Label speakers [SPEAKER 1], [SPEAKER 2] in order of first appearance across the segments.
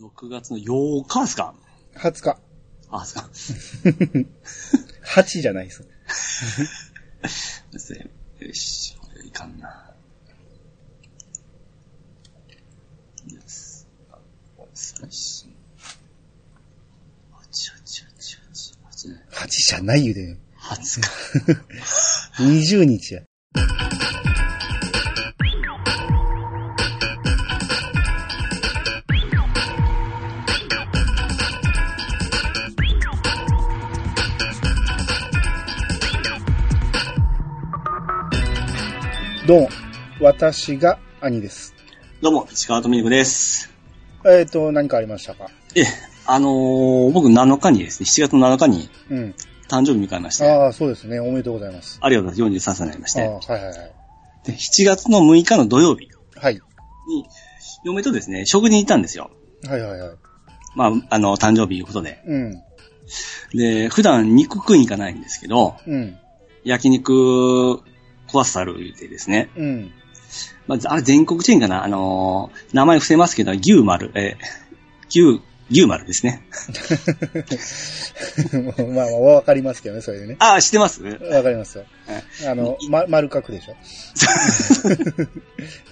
[SPEAKER 1] 6月の8日ですか
[SPEAKER 2] 20日。
[SPEAKER 1] あ、そうか。
[SPEAKER 2] 8じゃないです。
[SPEAKER 1] ですね。よし、これいかんな。よし。最新。あちあちあちあちあちね。
[SPEAKER 2] 8じゃない言うてんよ
[SPEAKER 1] 20日。
[SPEAKER 2] 20日や。どうも、私が兄です。
[SPEAKER 1] どうも、市川とみにくです。
[SPEAKER 2] えっ、と、何かありましたか
[SPEAKER 1] え、あのー、僕7日にですね、7月の7日に
[SPEAKER 2] うん。
[SPEAKER 1] 誕生日迎えまして、あ
[SPEAKER 2] ああ、そうですね。おめでとうございます。
[SPEAKER 1] りがとうございます。43歳になりまし
[SPEAKER 2] ああ、
[SPEAKER 1] て、
[SPEAKER 2] はいはいはい。
[SPEAKER 1] で7月の6日の土曜日
[SPEAKER 2] はい。
[SPEAKER 1] に、嫁とですね、食事に行ったんですよ。
[SPEAKER 2] はいはいはい。
[SPEAKER 1] まあ、あの、誕生日いうことで。
[SPEAKER 2] うん。
[SPEAKER 1] で、普段肉食いに行かないんですけど、
[SPEAKER 2] うん。
[SPEAKER 1] 焼肉壊すある言うてですね。
[SPEAKER 2] うん。
[SPEAKER 1] まあ、あれ全国チェーンかなあのー名前伏せますけど、牛丸、えー、牛、牛丸ですね。
[SPEAKER 2] まあまあ、わかりますけどね、それでね。
[SPEAKER 1] ああ、知ってます
[SPEAKER 2] わかりますよ。あの、ま、丸角でしょ。は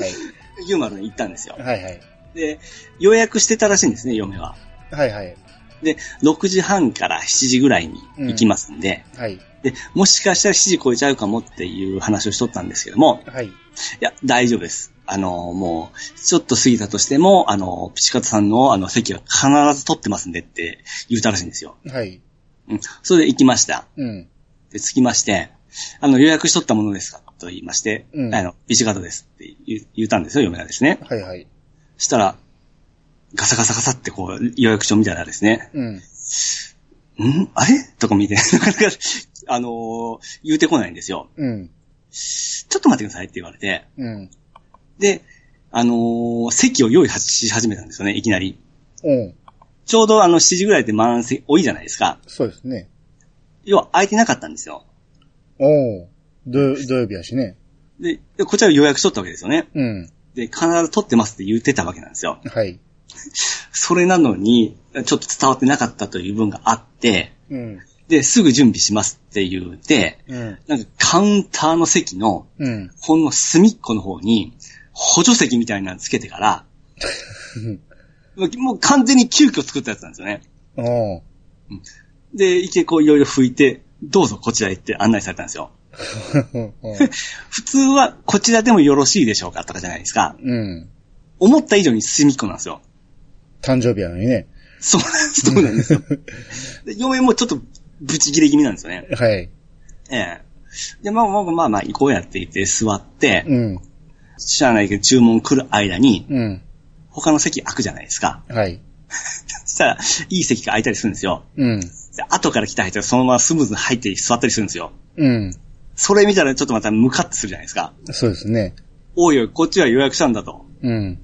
[SPEAKER 2] い。
[SPEAKER 1] 牛丸に行ったんですよ。
[SPEAKER 2] はいはい。
[SPEAKER 1] で、予約してたらしいんですね、嫁は。
[SPEAKER 2] はいはい。
[SPEAKER 1] で、6時半から7時ぐらいに行きますんで、
[SPEAKER 2] はい。
[SPEAKER 1] で、もしかしたら7時超えちゃうかもっていう話をしとったんですけども、
[SPEAKER 2] はい。
[SPEAKER 1] いや、大丈夫です。あの、もう、ちょっと過ぎたとしても、あの、ピチカトさんの、あの、席は必ず取ってますんでって言うたらしいんですよ。
[SPEAKER 2] はい。
[SPEAKER 1] うん。それで行きました。
[SPEAKER 2] うん。
[SPEAKER 1] で、着きまして、あの、予約しとったものですかと言いまして、
[SPEAKER 2] うん
[SPEAKER 1] あの、ピチカトですって言う言うたんですよ、嫁がですね。
[SPEAKER 2] はいはい。
[SPEAKER 1] したら、ガサガサガサってこう、予約書みたいなですね、
[SPEAKER 2] うん。
[SPEAKER 1] んあれとか見て、 なかなか、あのー言うてこないんですよ。
[SPEAKER 2] うん。
[SPEAKER 1] ちょっと待ってくださいって言われて、
[SPEAKER 2] うん。
[SPEAKER 1] で、あのー席を用意し始めたんですよね、いきなり。
[SPEAKER 2] うん。
[SPEAKER 1] ちょうどあの7時ぐらいで満席多いじゃないですか。
[SPEAKER 2] そうですね。
[SPEAKER 1] 要は空いてなかったんですよ。
[SPEAKER 2] おう。土土曜日やしね。
[SPEAKER 1] で、でこちら予約しとったわけですよね。
[SPEAKER 2] うん。
[SPEAKER 1] で、必ず取ってますって言ってたわけなんですよ。
[SPEAKER 2] はい。
[SPEAKER 1] それなのに、ちょっと伝わってなかったという部分があって、
[SPEAKER 2] うん。
[SPEAKER 1] で、すぐ準備しますって言って、
[SPEAKER 2] うん。
[SPEAKER 1] なんかカウンターの席の、
[SPEAKER 2] うん。
[SPEAKER 1] ほんの隅っこの方に、補助席みたいなのつけてから、もうもう完全に急遽作ったやつなんですよね。
[SPEAKER 2] おう。
[SPEAKER 1] で、いてこういろいろ拭いて、どうぞこちらへって案内されたんですよ。普通はこちらでもよろしいでしょうかとかじゃないですか。
[SPEAKER 2] うん。
[SPEAKER 1] 思った以上に隅っこなんですよ。
[SPEAKER 2] 誕生日やのにね。
[SPEAKER 1] そう、 そうなんですよ。で嫁もちょっとブチ切れ気味なんですよね。
[SPEAKER 2] はい。
[SPEAKER 1] ええで、まあまあまあまあ行こうやって言って座って、
[SPEAKER 2] うん。
[SPEAKER 1] 知らないけど注文来る間に、
[SPEAKER 2] うん。
[SPEAKER 1] 他の席空くじゃないですか。
[SPEAKER 2] はい。
[SPEAKER 1] そしたら、いい席が空いたりするんですよ。
[SPEAKER 2] うん。
[SPEAKER 1] で後から来た人がそのままスムーズに入って座ったりするんですよ。
[SPEAKER 2] うん。
[SPEAKER 1] それ見たらちょっとまたムカッとするじゃないですか。
[SPEAKER 2] そうですね。
[SPEAKER 1] おいおい、こっちは予約したんだと。
[SPEAKER 2] うん。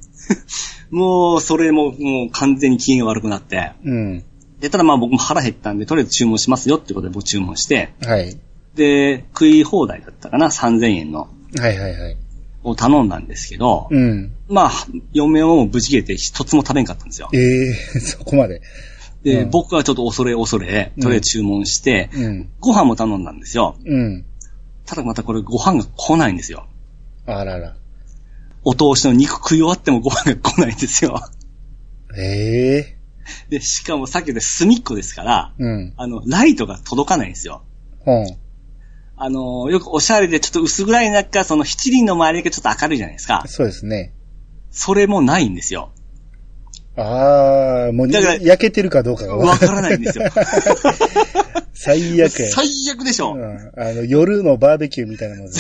[SPEAKER 1] もう、それも、もう完全に機嫌が悪くなって。
[SPEAKER 2] うん。
[SPEAKER 1] で、ただまあ僕も腹減ったんで、とりあえず注文しますよってことで僕注文して、
[SPEAKER 2] はい。
[SPEAKER 1] で、食い放題だったかな、3000円の、
[SPEAKER 2] はいはいはい。
[SPEAKER 1] を頼んだんですけど、
[SPEAKER 2] うん。
[SPEAKER 1] まあ、嫁をぶち切れて一つも食べんかったんですよ。
[SPEAKER 2] ええ そこまで。
[SPEAKER 1] で、
[SPEAKER 2] うん
[SPEAKER 1] 僕はちょっと恐れ恐れ、とりあえず注文して、
[SPEAKER 2] うん。
[SPEAKER 1] ご飯も頼んだんですよ。
[SPEAKER 2] うん。
[SPEAKER 1] ただまたこれご飯が来ないんですよ。
[SPEAKER 2] あらら。
[SPEAKER 1] お通しの肉食い終わってもご飯が来ないんですよ。
[SPEAKER 2] ええ
[SPEAKER 1] で、しかもさっき言った隅っこですから、
[SPEAKER 2] うん。
[SPEAKER 1] あの、ライトが届かないんですよ。
[SPEAKER 2] ほん。
[SPEAKER 1] あの、よくおしゃれでちょっと薄暗い中、その七輪の周りだけちょっと明るいじゃないですか。
[SPEAKER 2] そうですね。
[SPEAKER 1] それもないんですよ。
[SPEAKER 2] ああ、もうに
[SPEAKER 1] だから
[SPEAKER 2] 焼けてるかどうかが
[SPEAKER 1] わ
[SPEAKER 2] わ
[SPEAKER 1] からないん ですよ。
[SPEAKER 2] 最悪や。
[SPEAKER 1] 最悪でしょ、
[SPEAKER 2] うん、あの、夜のバーベキューみたいなもんで。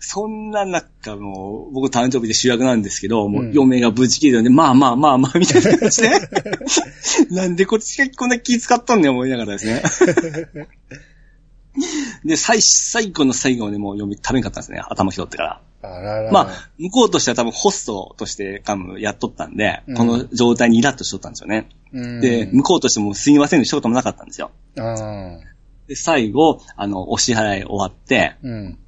[SPEAKER 1] そんな中、もう、僕誕生日で主役なんですけど、も
[SPEAKER 2] うん
[SPEAKER 1] う嫁がブチ切れたんで、まあまあまあまあ、みたいな感じ で。なんでこっちがこんな気使ったんだよ、思いながらですね。 で、最、最後の最後までもう嫁食べんかったんですね、頭拾ってから。
[SPEAKER 2] あらら。
[SPEAKER 1] まあ、向こうとしては多分ホストとしてガムやっとったんで、
[SPEAKER 2] うん
[SPEAKER 1] この状態にイラッとしとったんですよね。
[SPEAKER 2] うん、
[SPEAKER 1] で、向こうとしてもすいませんの一言もなかったんですよ。
[SPEAKER 2] ああ、
[SPEAKER 1] で、最後、あの、お支払い終わって、
[SPEAKER 2] うん、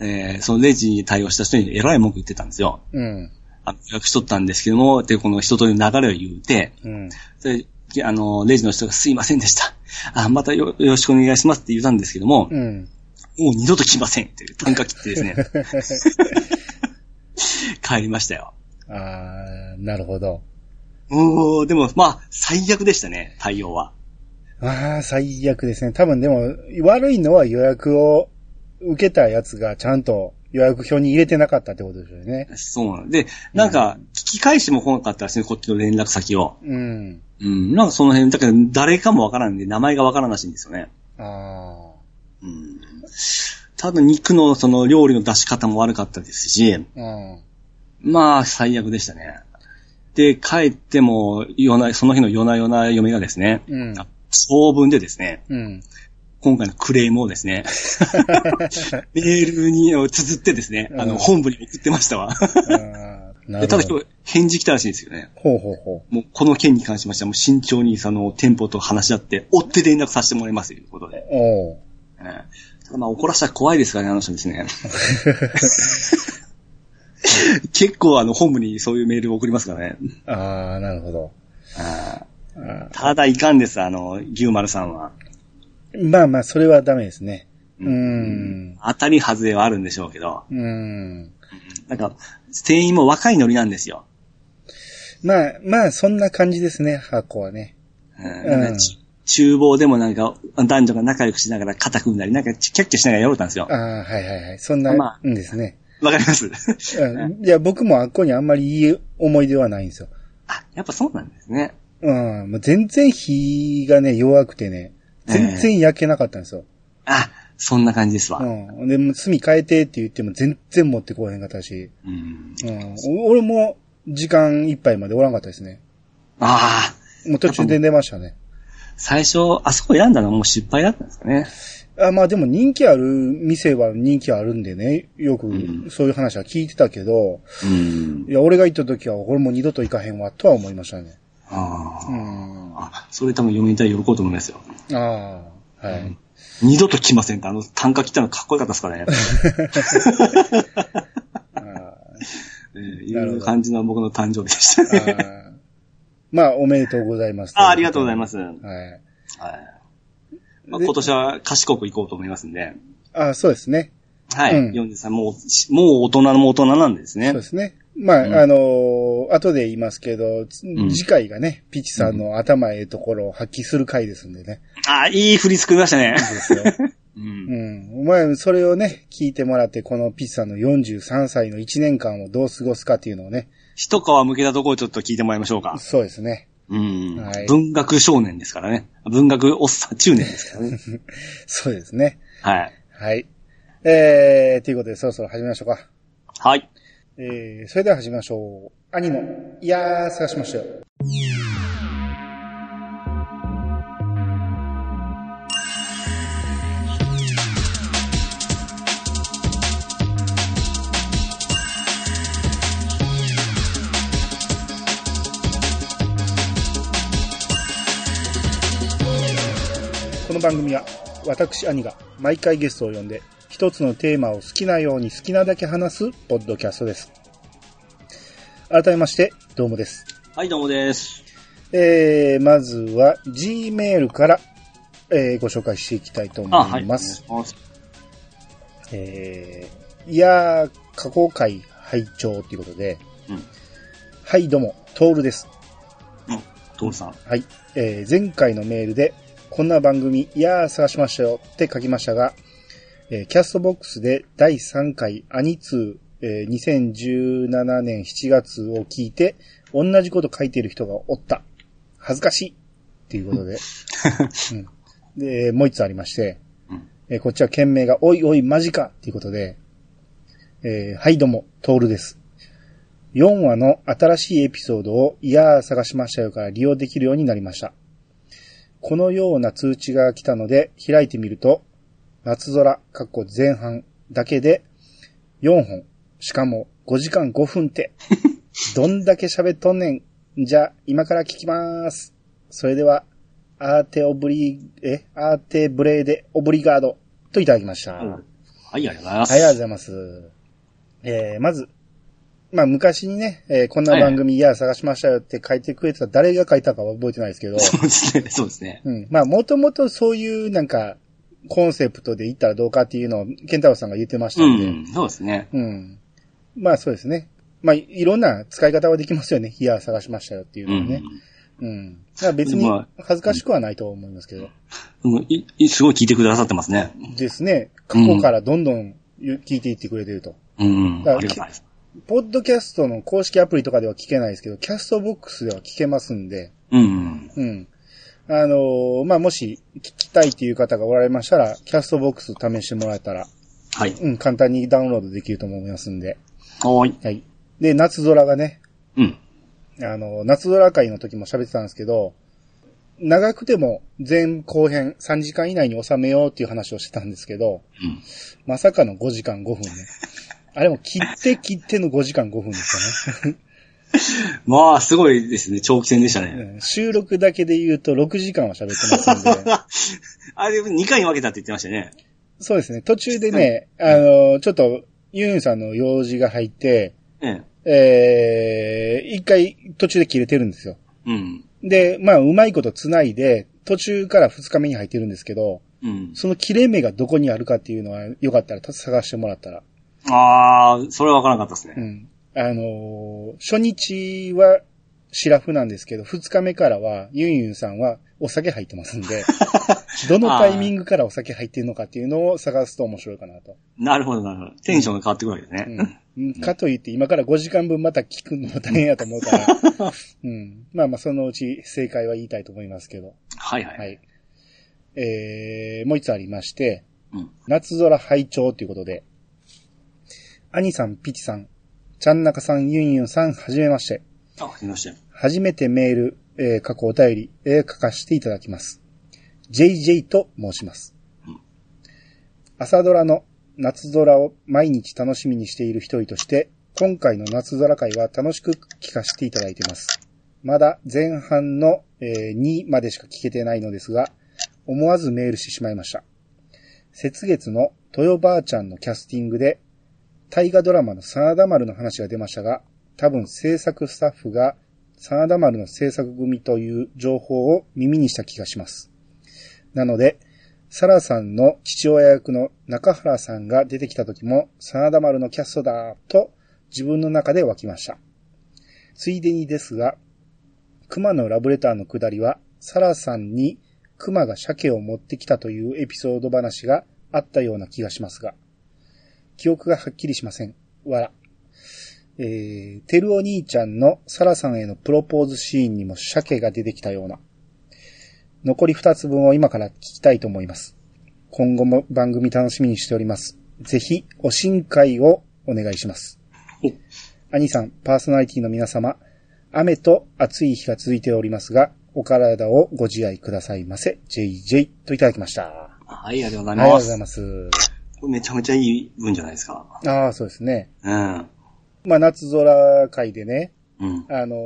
[SPEAKER 1] えーそのレジに対応した人にえらい文句言ってたんですよ。
[SPEAKER 2] うん、
[SPEAKER 1] あの予約しとったんですけども、で、この人との流れを言うて、
[SPEAKER 2] うん。
[SPEAKER 1] で、あの、レジの人がすいませんでした。あ、またよよろしくお願いしますって言ったんですけども、
[SPEAKER 2] うん。
[SPEAKER 1] もう二度と来ませんっていう短歌切って ですね。帰りましたよ。
[SPEAKER 2] あー、なるほど。
[SPEAKER 1] もう、でも、まあ、最悪でしたね、対応は。
[SPEAKER 2] あー、最悪ですね。多分でも、悪いのは予約を受けたやつがちゃんと予約表に入れてなかったってことですよね。
[SPEAKER 1] そうなんで、なんか、聞き返しても来なかったらしいね、こっちの連絡先を。
[SPEAKER 2] うん。
[SPEAKER 1] うん、なんかその辺、だけど、誰かもわからんで、名前がわからんらしいんですよね。
[SPEAKER 2] あ
[SPEAKER 1] うん。ただ、肉の、その、料理の出し方も悪かったですし、
[SPEAKER 2] ー、うん。
[SPEAKER 1] まあ、最悪でしたね。で、帰っても、夜な、その日の夜な夜な嫁がですね、
[SPEAKER 2] うん。
[SPEAKER 1] 長文でですね、
[SPEAKER 2] うん。
[SPEAKER 1] 今回のクレームをです ね、メールに綴ってですね、あ
[SPEAKER 2] うん
[SPEAKER 1] の、本部に送ってましたわ。
[SPEAKER 2] あーな
[SPEAKER 1] で
[SPEAKER 2] る
[SPEAKER 1] ただ
[SPEAKER 2] ほ
[SPEAKER 1] 今
[SPEAKER 2] ど。
[SPEAKER 1] 日返事来たらしいんですよね。
[SPEAKER 2] ほうほうほ
[SPEAKER 1] もうこの件に関しましては、もう慎重にその店舗と話し合って、追って連絡させてもらいますということで。
[SPEAKER 2] う。おう。
[SPEAKER 1] ええただまあ怒らせたら怖いですからね、あの人です ね。結構あの、本部にそういうメールを送りますからね。
[SPEAKER 2] あー、なるほど。
[SPEAKER 1] あ
[SPEAKER 2] あ
[SPEAKER 1] あただいかんです、あの、牛丸さんは。
[SPEAKER 2] ーまあまあ、それはダメですね。う
[SPEAKER 1] うん
[SPEAKER 2] ん。
[SPEAKER 1] 当たり外れはあるんでしょうけど。
[SPEAKER 2] うん。
[SPEAKER 1] なんか、店員も若いノリなんですよ。
[SPEAKER 2] まあ、まあ、そんな感じですね、箱はね。
[SPEAKER 1] うんなんかち厨房でもなんか男女が仲良くしながら肩組んだり、なんかキャッキャしながらやろうったんですよ
[SPEAKER 2] あ。あ、はいはいはい。そんな、
[SPEAKER 1] まあ
[SPEAKER 2] うんですね。
[SPEAKER 1] わかります
[SPEAKER 2] うんいや、僕もあっこにあんまりいい思い出はないんですよ。
[SPEAKER 1] あ、やっぱそうなんですね。
[SPEAKER 2] うん。もう全然火がね、弱くてね、全然焼けなかったんですよ。
[SPEAKER 1] あ、そんな感じですわ。
[SPEAKER 2] うん。で、もう炭変えてって言っても全然持ってこうへんかったし、
[SPEAKER 1] うん、
[SPEAKER 2] うん。お俺も時間いっぱいまでおらんかったですね。
[SPEAKER 1] ああ、
[SPEAKER 2] もう途中で寝ましたね。
[SPEAKER 1] 最初、あそこ選んだのはもう失敗だったんですかね。
[SPEAKER 2] あまあでも人気ある店は人気あるんでね、よ
[SPEAKER 1] う
[SPEAKER 2] くそういう話は聞いてたけど、
[SPEAKER 1] うん。
[SPEAKER 2] いや、俺が行った時は、俺も二度と行かへんわ、とは思いましたね。
[SPEAKER 1] あ
[SPEAKER 2] う
[SPEAKER 1] ー
[SPEAKER 2] ん。あ
[SPEAKER 1] あ、それ多分嫁にいたら喜ぶと思いますよ。
[SPEAKER 2] あ、はい。
[SPEAKER 1] 二度と来ませんって、あの単価切ったのかっこよかったですか ね。
[SPEAKER 2] あー
[SPEAKER 1] えー
[SPEAKER 2] な
[SPEAKER 1] い
[SPEAKER 2] るほ
[SPEAKER 1] う
[SPEAKER 2] ど
[SPEAKER 1] 感じの僕の誕生日でした
[SPEAKER 2] あ
[SPEAKER 1] ね。
[SPEAKER 2] ーまあ、おめでとうございます。。
[SPEAKER 1] あありがとうございますす。はい
[SPEAKER 2] はい。
[SPEAKER 1] まあ、
[SPEAKER 2] で
[SPEAKER 1] 今年は賢く行こうと思いますんで。
[SPEAKER 2] ああそうですね。
[SPEAKER 1] はい。
[SPEAKER 2] うん
[SPEAKER 1] 43、もう、しもう大人の大人なんですね。
[SPEAKER 2] そうですね。まあ、
[SPEAKER 1] うん
[SPEAKER 2] あのー後で言いますけど、つ
[SPEAKER 1] うん
[SPEAKER 2] 次回がね、ピチさんの頭ええところを発揮する回ですんでね。
[SPEAKER 1] あいい振り作りましたね。
[SPEAKER 2] いいですよ。
[SPEAKER 1] う。
[SPEAKER 2] うんん。まあ、それをね、聞いてもらって、このピチさんの43歳の1年間をどう過ごすかっていうのをね。
[SPEAKER 1] 一皮向けたところをちょっと聞いてもらいましょうか。
[SPEAKER 2] そうですね。
[SPEAKER 1] うん。
[SPEAKER 2] はい
[SPEAKER 1] 文学少年ですからね。文学おっさん中年ですからね。
[SPEAKER 2] そうですね。
[SPEAKER 1] はい。
[SPEAKER 2] はい。えー、ということで、そろそろ始めましょうか。
[SPEAKER 1] はい。
[SPEAKER 2] えー、それでは始めましょう。兄の、いやー、探しましたよ。この番組は私兄が毎回ゲストを呼んで一つのテーマを好きなように好きなだけ話すポッドキャストです。改めまして、どうもです。
[SPEAKER 1] はい、どうもです。
[SPEAKER 2] えー、まずは Gmail から、えーご紹介していきたいと
[SPEAKER 1] あ、は
[SPEAKER 2] 思
[SPEAKER 1] い。
[SPEAKER 2] います。
[SPEAKER 1] お願いします
[SPEAKER 2] えー、いやー、過去回拝聴ということで、
[SPEAKER 1] うん
[SPEAKER 2] はい、どうも、トールです。
[SPEAKER 1] トムさん。
[SPEAKER 2] はい、えー前回のメールで、こんな番組、いやー探しましたよって書きましたが、えーキャストボックスで第3回アニツー、えー2017年7月を聞いて、同じこと書いてる人がおった。恥ずかしいっていうことで。うん、で、もう一つありまして、
[SPEAKER 1] うん
[SPEAKER 2] えーこっちは件名が、おいおい、マジかっていうことで、えーはい、どうも、トールです。4話の新しいエピソードを、いやー探しましたよから利用できるようになりました。このような通知が来たので、開いてみると、夏空、かっこ前半だけで、4本、しかも5時間5分って、どんだけ喋っとんねん。じゃ、今から聞きまーす。それでは、アーテオブリ、え、アーテブレーデオブリガードといただきました。
[SPEAKER 1] はい、ありがとうございます。
[SPEAKER 2] はい、ありがとうございます。えー、まず、まあ昔にね、えーこんな番組、いや、探しましたよって書いてくれてた誰が書いたかは覚えてないですけど、
[SPEAKER 1] そうです ね。そうですね。
[SPEAKER 2] うん。まあもともとそういうなんか、コンセプトで言ったらどうかっていうのを、ケンタロウさんが言ってました
[SPEAKER 1] うん
[SPEAKER 2] で、
[SPEAKER 1] ん。そうですね。
[SPEAKER 2] うん。まあそうですね。まあいろんな使い方はできますよね。いや、探しましたよっていう
[SPEAKER 1] う
[SPEAKER 2] のは
[SPEAKER 1] ん
[SPEAKER 2] ね。。うん。まあ別に
[SPEAKER 1] ま
[SPEAKER 2] 恥ずかしくはないと思いますけど。
[SPEAKER 1] うんいいすごい聞いてくださってますね。
[SPEAKER 2] ですね。過去からどんどん聞いていってくれてると。
[SPEAKER 1] うん。
[SPEAKER 2] だから
[SPEAKER 1] ありがたいです。
[SPEAKER 2] ポッドキャストの公式アプリとかでは聞けないですけど、キャストボックスでは聞けますんで、
[SPEAKER 1] うん。
[SPEAKER 2] うん。あのーまあ、もし聞きたいっていう方がおられましたら、キャストボックス試してもらえたら、
[SPEAKER 1] はい。
[SPEAKER 2] うん、簡単にダウンロードできると思いますんで。
[SPEAKER 1] はーい。
[SPEAKER 2] はい。で、夏空がね、
[SPEAKER 1] うん。
[SPEAKER 2] あの、夏空会の時も喋ってたんですけど、長くても前後編3時間以内に収めようっていう話をしてたんですけど、
[SPEAKER 1] うん
[SPEAKER 2] まさかの5時間5分ね。あれも切って切っての5時間5分でした
[SPEAKER 1] まあ、すごいですね。長期戦でしたね。
[SPEAKER 2] ね。うん収録だけで言うと6時間は喋ってますん で。
[SPEAKER 1] あれ、2回に分けたって言ってましたね。
[SPEAKER 2] そうですね。途中でね、あの、ちょっとユンさんの用事が入って、
[SPEAKER 1] ええ。
[SPEAKER 2] えー、一回途中で切れてるんですよ。
[SPEAKER 1] うん。
[SPEAKER 2] で、まあ、うまいこと繋いで、途中から二日目に入ってるんですけど、
[SPEAKER 1] うん。
[SPEAKER 2] その切れ目がどこにあるかっていうのは、よかったら探してもらったら。
[SPEAKER 1] ああ、それは分からなかったです
[SPEAKER 2] う
[SPEAKER 1] ね。
[SPEAKER 2] ん。あのー初日は、シラフなんですけど、二日目からは、ユンユンさんはお酒入ってますんで、どのタイミングからお酒入ってるのかっていうのを探すと面白いかなと。
[SPEAKER 1] なるほど、なるほど。テンションが変わってくるわけですね。
[SPEAKER 2] うん。かといって、今から5時間分また聞くのも大変やと思うから、うん。まあまあ、そのうち正解は言いたいと思いますけど。
[SPEAKER 1] はいはい。
[SPEAKER 2] はい。えー、もう一つありまして、
[SPEAKER 1] うん
[SPEAKER 2] 夏空拝聴ということで、兄さん、ピチさん、ちゃんなかさん、ユンユンさん、はじめまして。
[SPEAKER 1] あ、わかりました。
[SPEAKER 2] 初めてメール、えー過去お便り、えー書かせていただきます。JJ と申します
[SPEAKER 1] うん。
[SPEAKER 2] 朝ドラの夏空を毎日楽しみにしている一人として、今回の夏空会は楽しく聞かせていただいてます。まだ前半の、えー2までしか聞けてないのですが、思わずメールしてしまいました。雪月の豊ばあちゃんのキャスティングで、大河ドラマの真田丸の話が出ましたが、多分制作スタッフが真田丸の制作組という情報を耳にした気がします。なので、サラさんの父親役の中原さんが出てきた時も、真田丸のキャストだと自分の中で湧きました。ついでにですが、熊のラブレターの下りは、サラさんに熊が鮭を持ってきたというエピソード話があったような気がしますが、記憶がはっきりしません。わら。えー、てるお兄ちゃんのサラさんへのプロポーズシーンにも鮭が出てきたような。残り2つ分を今から聞きたいと思います。今後も番組楽しみにしております。ぜひ、お新会をお願いします
[SPEAKER 1] お。
[SPEAKER 2] 兄さん、パーソナリティの皆様、雨と暑い日が続いておりますが、お体をご自愛くださいませ。JJ といただきました。あ
[SPEAKER 1] はい、ありがとうござ
[SPEAKER 2] り
[SPEAKER 1] い
[SPEAKER 2] がとう
[SPEAKER 1] ま
[SPEAKER 2] ござい
[SPEAKER 1] す。
[SPEAKER 2] ます。
[SPEAKER 1] これめちゃめちゃいい文じゃないですか。
[SPEAKER 2] ああ、そうですね。
[SPEAKER 1] うん。
[SPEAKER 2] まあ、夏空会でね、
[SPEAKER 1] うん。
[SPEAKER 2] あの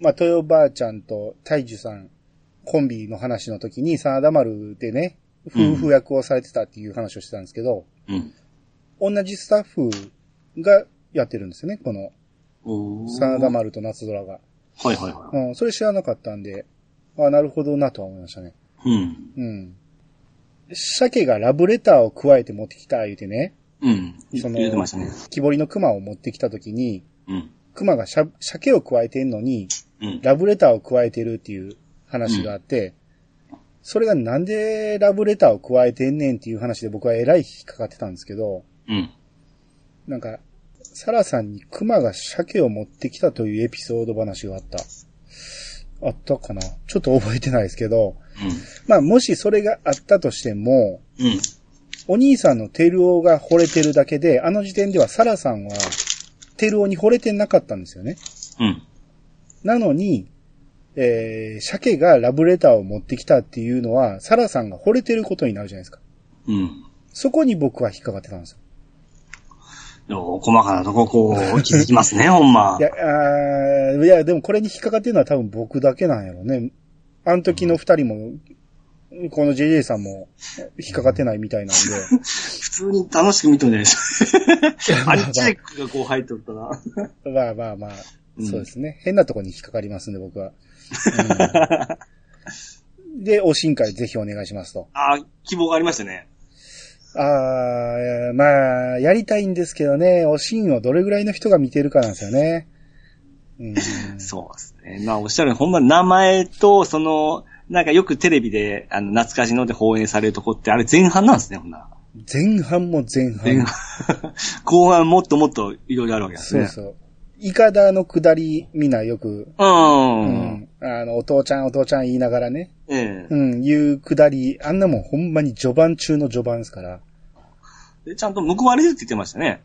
[SPEAKER 2] ーまあ、豊ばあちゃんと大樹さん、コンビの話の時に、真田丸でね、夫婦役をされてたっていう話をしてたんですけど、
[SPEAKER 1] うん。
[SPEAKER 2] 同じスタッフがやってるんですよね、この、
[SPEAKER 1] おー
[SPEAKER 2] 真田丸と夏空が。
[SPEAKER 1] はいはいは
[SPEAKER 2] うん、それ知らなかったんで、あなるほどなとは思いましたね。
[SPEAKER 1] い。うん。
[SPEAKER 2] うん。鮭がラブレターを加えて持ってきた言うてね、
[SPEAKER 1] うん。
[SPEAKER 2] その
[SPEAKER 1] 言ってましたね。
[SPEAKER 2] 木彫りの熊を持ってきた時に、
[SPEAKER 1] うん。
[SPEAKER 2] 熊がしゃ鮭を加えてんのに、
[SPEAKER 1] うん。
[SPEAKER 2] ラブレターを加えてるっていう話があって、それがなんでラブレターを加えてんねんっていう話で僕はえらい引っかかってたんですけど、
[SPEAKER 1] うん。
[SPEAKER 2] なんか、サラさんに熊が鮭を持ってきたというエピソード話があった。あったかなちょっと覚えてないですけど、まあもしそれがあったとしても、
[SPEAKER 1] うん。うん。
[SPEAKER 2] お兄さんのテルオが惚れてるだけで、あの時点ではサラさんはテルオに惚れてなかったんですよね。
[SPEAKER 1] うん。
[SPEAKER 2] なのに、えー、鮭がラブレターを持ってきたっていうのは、サラさんが惚れてることになるじゃないですか。
[SPEAKER 1] うん。
[SPEAKER 2] そこに僕は引っかかってたんですよ。
[SPEAKER 1] よう細かなとこ、こう、気づき ますね、ほんま
[SPEAKER 2] い。や、あーいや、でもこれに引っかかってるのは多分僕だけなんやろうね。あの時の二人もこの JJ さんも引っかかってないみたいなん
[SPEAKER 1] 普通に楽しく見とんじゃない ですか。あれ、チェックがこう入っとったら。
[SPEAKER 2] で、まあまあまあ、
[SPEAKER 1] うん
[SPEAKER 2] そうですね。変なとこに引っかかりますんで、僕は。 うんで、お新会ぜひお願いしますと。
[SPEAKER 1] ああ、希望がありましたね。
[SPEAKER 2] あー、まあ、やりたいんですけどね、おしんをどれぐらいの人が見てるかなんですよね。うん、
[SPEAKER 1] そうですね。まあ、おっしゃるようにほんま名前と、その、なんかよくテレビで、あの、懐かしので放映されるとこって、あれ前半なんですね、ほんなら。
[SPEAKER 2] 前半も前
[SPEAKER 1] 前
[SPEAKER 2] 半。
[SPEAKER 1] 半。 後半もっともっといろいろあるわけです
[SPEAKER 2] そう
[SPEAKER 1] ね。
[SPEAKER 2] そう。イカダの下り、みんなよく、
[SPEAKER 1] う。
[SPEAKER 2] うんん、あの、お父ちゃんお父ちゃん言いながらね、
[SPEAKER 1] ええ
[SPEAKER 2] うん、言う下り、あんなもんほんまに序盤中の序盤ですから、
[SPEAKER 1] でちゃんと報われるって言ってましたね。